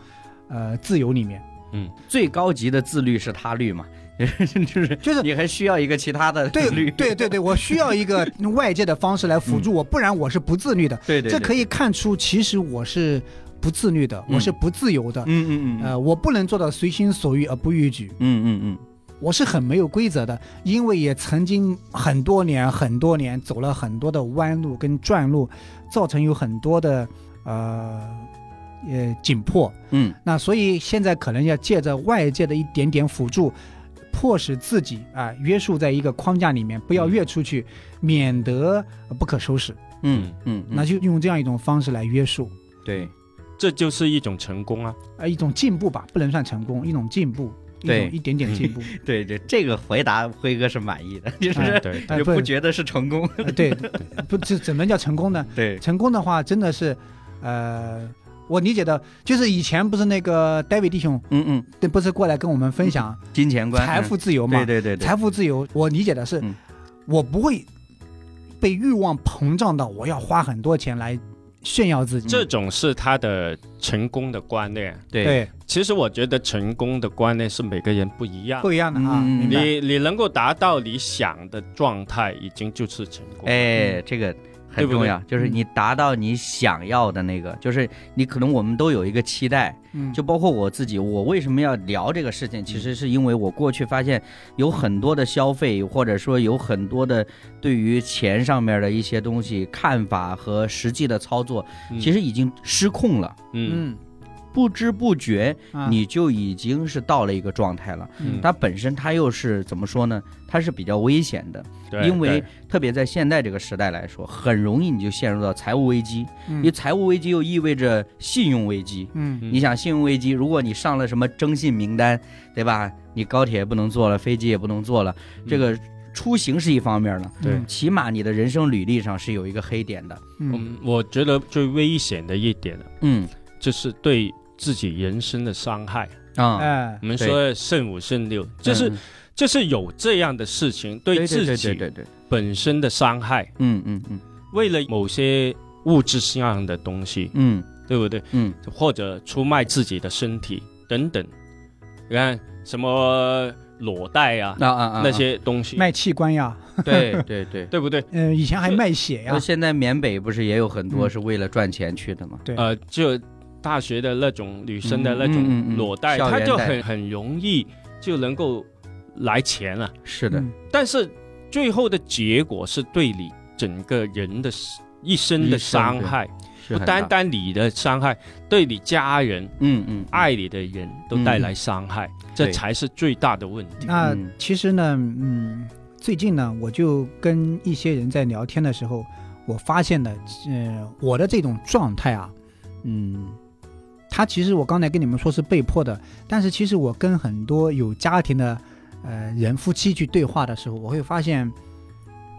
呃自由里面， 最高级的自律是他律嘛， 就是就是你还需要一个其他的自 律，嗯对对对对，我需要一个外界的方式来辅助我，不然我是不自律的。对对，这可以，以看出，其实我是不自律的，嗯我是不自由的。嗯嗯嗯，呃，我不能做到随心所欲而不逾矩，嗯嗯嗯，我是很没有规则的，因为也曾经很多年很多年走了很多的弯路跟转路，造成有很多的呃呃紧迫。嗯那所以现在可能要借着外界的一点点辅助，迫使自己啊、约束在一个框架里面，不要越出去，免得呃不可收拾。嗯嗯，那就用这样一种方式来约束，对这就是一种成功啊。啊，一种进步吧，不能算成功，一种进步，一对种一点点进 步。对对，这个回答辉哥是满意的，就哎是 对，哎也不不觉得是成功， 呃对，不这怎么叫成功呢？对，成功的话真的是，呃。我理解的，就是以前不是那个 David 弟兄，嗯嗯，对不是过来跟我们分享金钱观，财富自由嗯，嘛对？对对对，财富自由，我理解的是，嗯我不会被欲望膨胀到我要花很多钱来炫耀自己。这种是他的成功的观念。对，对，其实我觉得成功的观念是每个人不一样。不一样的啊，嗯明白？你你能够达到你想的状态，已经就是成功。，哎，这个。嗯对很不对嗯重要，就是你达到你想要的那个，就是你可能我们都有一个期待，嗯，就包括我自己，我为什么要聊这个事情？嗯其实是因为我过去发现有很多的消费，或者说有很多的对于钱上面的一些东西看法和实际的操作，嗯其实已经失控了。嗯，嗯，不知不觉，啊你就已经是到了一个状态了。嗯它本身它又是怎么说呢？它是比较危险的，对，嗯因为对特别在现代这个时代来说，很容易你就陷入到财务危机，因为嗯财务危机又意味着信用危机。嗯嗯你想信用危机，如果你上了什么征信名单，对吧？你高铁也不能坐了，飞机也不能坐了，这个出行是一方面了，对嗯起码你的人生履历上是有一个黑点的。嗯嗯，我觉得最危险的一点呢，嗯就是对自己人生的伤害。啊，哎我，们对说慎五慎六，就是嗯就是有这样的事情对对自对对己对对，本身的伤害，嗯嗯嗯为了某些物质上的东西，嗯对不对？嗯，或者出卖自己的身体等等。你看什么裸贷啊，啊啊啊，那 些东西，卖器官呀，对对对。对不对？嗯，以前还卖血呀那，现在缅北 不是也有很多嗯是为了赚钱去的吗？对，呃，就大学的那种女生的那嗯嗯嗯种嗯裸贷，校她园就贷很很容易就能够来钱了、是的，嗯但是最后的结果是对你整个人的一生的伤害，是不很单大，单你的伤害，对你家人、嗯嗯，爱你的人都带来伤害，这对才是最大的问题。那嗯其实呢，嗯，最近呢，我就跟一些人在聊天的时候，我发现呢，呃，我的这种状态啊，嗯，他其实我刚才跟你们说是被迫的，但是其实我跟很多有家庭的呃人夫妻去对话的时候，我会发现，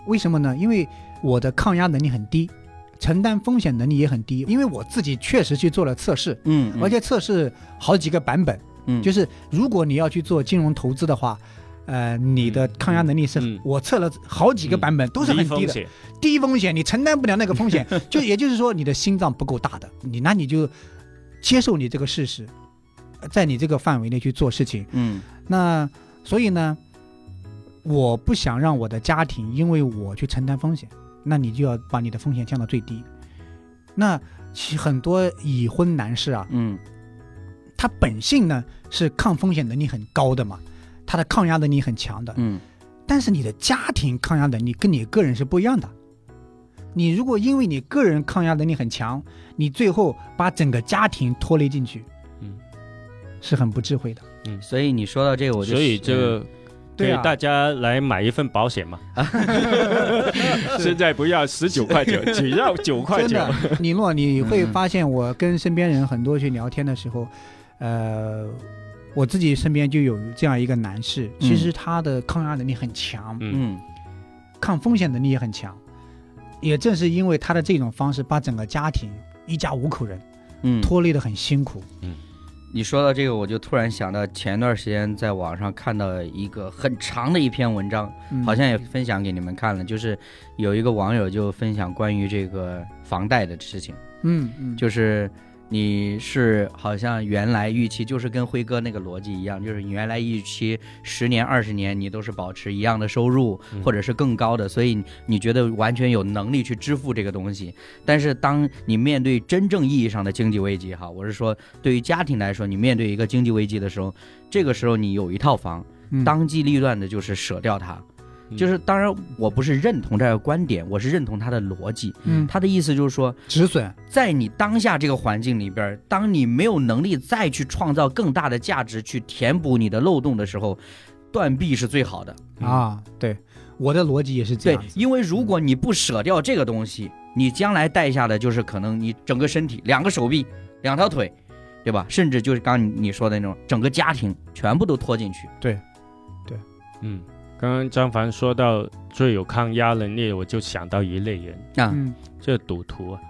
为什么呢？因为我的抗压能力很低，承担风险能力也很低，因为我自己确实去做了测试，嗯，嗯而且测试好几个版本。嗯就是如果你要去做金融投资的话，呃，你的抗压能力是，嗯嗯我测了好几个版本、都是很低低风的，险，低风险，你承担不了那个风险， 就也就是说你的心脏不够大的，你那你就接受你这个事实，在你这个范围内去做事情。嗯那所以呢，我不想让我的家庭因为我去承担风险，那你就要把你的风险降到最低。那其很多已婚男士啊，嗯他本性呢是抗风险能力很高的嘛，他的抗压能力很强的。嗯但是你的家庭抗压能力跟你个人是不一样的。你如果因为你个人抗压能力很强，你最后把整个家庭拖累进去，嗯，是很不智慧的。所以你说到这个，我就嗯所以这个对啊给大家来买一份保险 嘛。现在不要十九块九，只要九块真九。的，李诺，你会嗯发现我跟身边人很多去聊天的时候，呃，我自己身边就有这样一个男士，其实他的抗压能力很强，嗯嗯抗风险能力也很强。也正是因为他的这种方式，把整个家庭一家五口人嗯，拖累的很辛苦。你说到这个，我就突然想到前段时间在网上看到一个很长的一篇文章，嗯好像也分享给你们看了，就是有一个网友就分享关于这个房贷的事情，嗯嗯，就是你是好像原来预期就是跟辉哥那个逻辑一样，就是你原来预期十年二十年你都是保持一样的收入嗯或者是更高的，所以你你觉得完全有能力去支付这个东西。但是当你面对真正意义上的经济危机哈，我是说对于家庭来说，你面对一个经济危机的时候，这个时候你有一套房，嗯当机立断的就是舍掉它。嗯就是当然我不是认同这个观点，我是认同他的逻辑。嗯他的意思就是说，止损，在你当下这个环境里边儿，当你没有能力再去创造更大的价值，去填补你的漏洞的时候，断臂是最好的。嗯啊，对，我的逻辑也是这对样，子。因为如果你不舍掉这个东西，你将来带下的就是可能你整个身体、两个手臂、两条腿，对吧？甚至就是刚你说的那种，整个家庭全部都拖进去。嗯，刚刚张凡说到最有抗压能力，我就想到一类人，啊，嗯，这赌徒啊，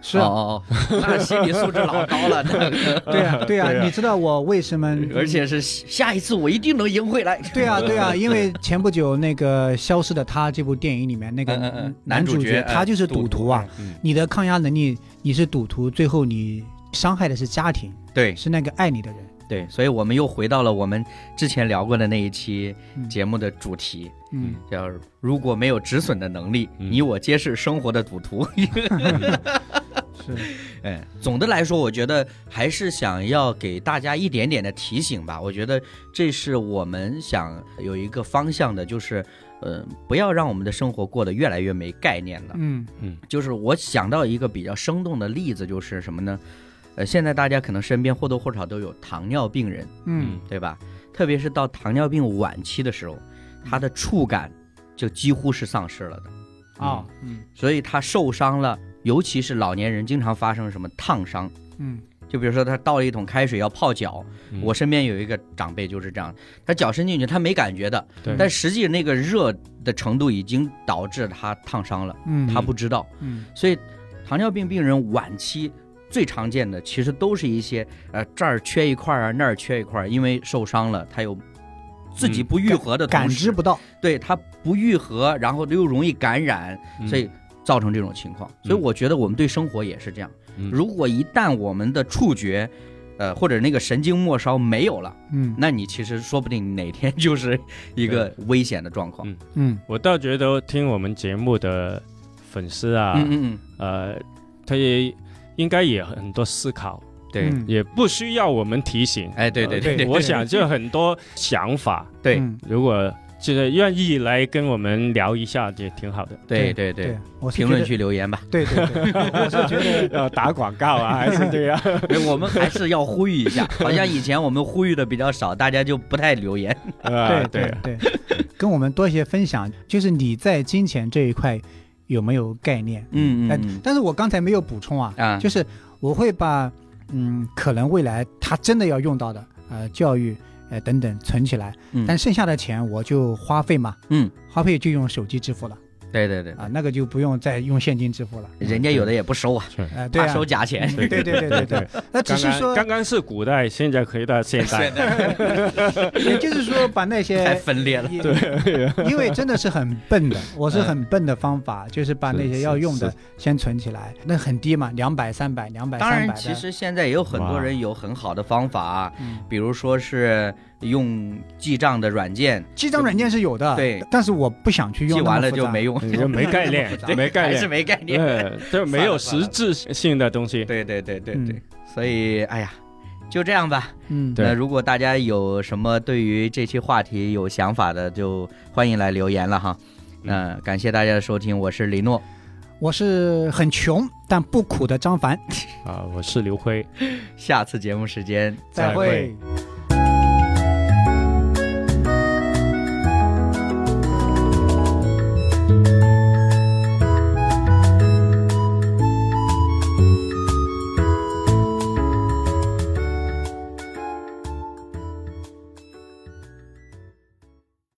是啊，哦哦哦，那心理素质老高了，那个对啊， 对对啊，啊你知道我为什么？而且是下一次我一定能赢回来。嗯对 啊，对啊，因为前不久那个《消失的她》这部电影里面那嗯嗯个嗯男主男主角他就是赌徒哎啊。嗯你的抗压能力，你是赌徒，最后你伤害的是家庭，对是那个爱你的人。对，所以我们又回到了我们之前聊过的那一期嗯节目的主题，嗯，叫“如果没有止损的能力，嗯你我皆是生活的赌徒”是，哎，总的来说，我觉得还是想要给大家一点点的提醒吧。我觉得这是我们想有一个方向的，就是，呃，不要让我们的生活过得越来越没概念了。嗯就是我想到一个比较生动的例子，就是什么呢？呃，现在大家可能身边或多或少都有糖尿病人。嗯，对吧？特别是到糖尿病晚期的时候，他的触感就几乎是丧失了的，啊，嗯所以他受伤了，尤其是老年人经常发生什么烫伤，嗯就比如说他倒了一桶开水要泡脚，嗯我身边有一个长辈就是这样，他脚伸进去他没感觉的，对但实际那个热的程度已经导致他烫伤了，嗯，他不知道，嗯，所以糖尿病病人晚期。最常见的其实都是一些呃这儿缺一块儿啊那儿缺一块儿，因为受伤了，他有自己嗯不愈合的同感时知不到，对它不愈合，然后又容易感染，嗯所以造成这种情况。所以我觉得我们对生活也是这样，嗯如果一旦我们的触觉，呃，或者那个神经末梢没有了，嗯那你其实说不定哪天 就是一个危险的状况。嗯嗯我倒觉得听我们节目的粉丝啊，嗯嗯嗯，呃，他也应该也很多思考，对，嗯也不需要我们提醒。哎对对对对呃我想就很多想法，对嗯如果就是愿意来跟我们聊一下，也挺 好的。对对对对对，，我是评觉论得，区留言 吧，对对对，我是 觉得要打广告啊，还是 这样？因哎为我们还是要呼吁一 下，好像以前我们呼吁的比较少，大家就不太留言。啊对对，跟我们多一些分享，就是你在金钱这一块有没有概念？嗯但嗯但是我刚才没有补充啊，嗯啊， 就是我会把嗯，可能未来他真的要用到的，呃，教育呃等等存起来，嗯但剩下的钱我就花费嘛，嗯，花费就用手机支付了对对对，啊，那个就不用再用现金支付了，人家有的也不收啊，呃，对怕啊，收假钱。对对对对 对，那只刚是刚说，刚刚是古代，现在可以到现代。也就是说把那 太些分裂了。嗯对， 因为真的是很笨的，我是很笨的方法，就是把那些要用的是先存起来，那很低嘛，两百、三百、两百、当三然，百其的。实现在也有很多哇人有很好的方法，啊嗯，比如说是用记账的软件，记账软件是有的，对，但是我不想去用记那么完了复就杂没用，你就没概念 对，没概还是念，没概念。对，就没有实质性的东西。对对对对嗯对，所以哎呀。就这样吧。嗯，对那如果大家有什么对于这期话题有想法的，就欢迎来留言了哈。那、感谢大家的收听，我是李诺，我是很穷但 不苦的张凡，啊，我是刘辉。下次节目时间再再会会。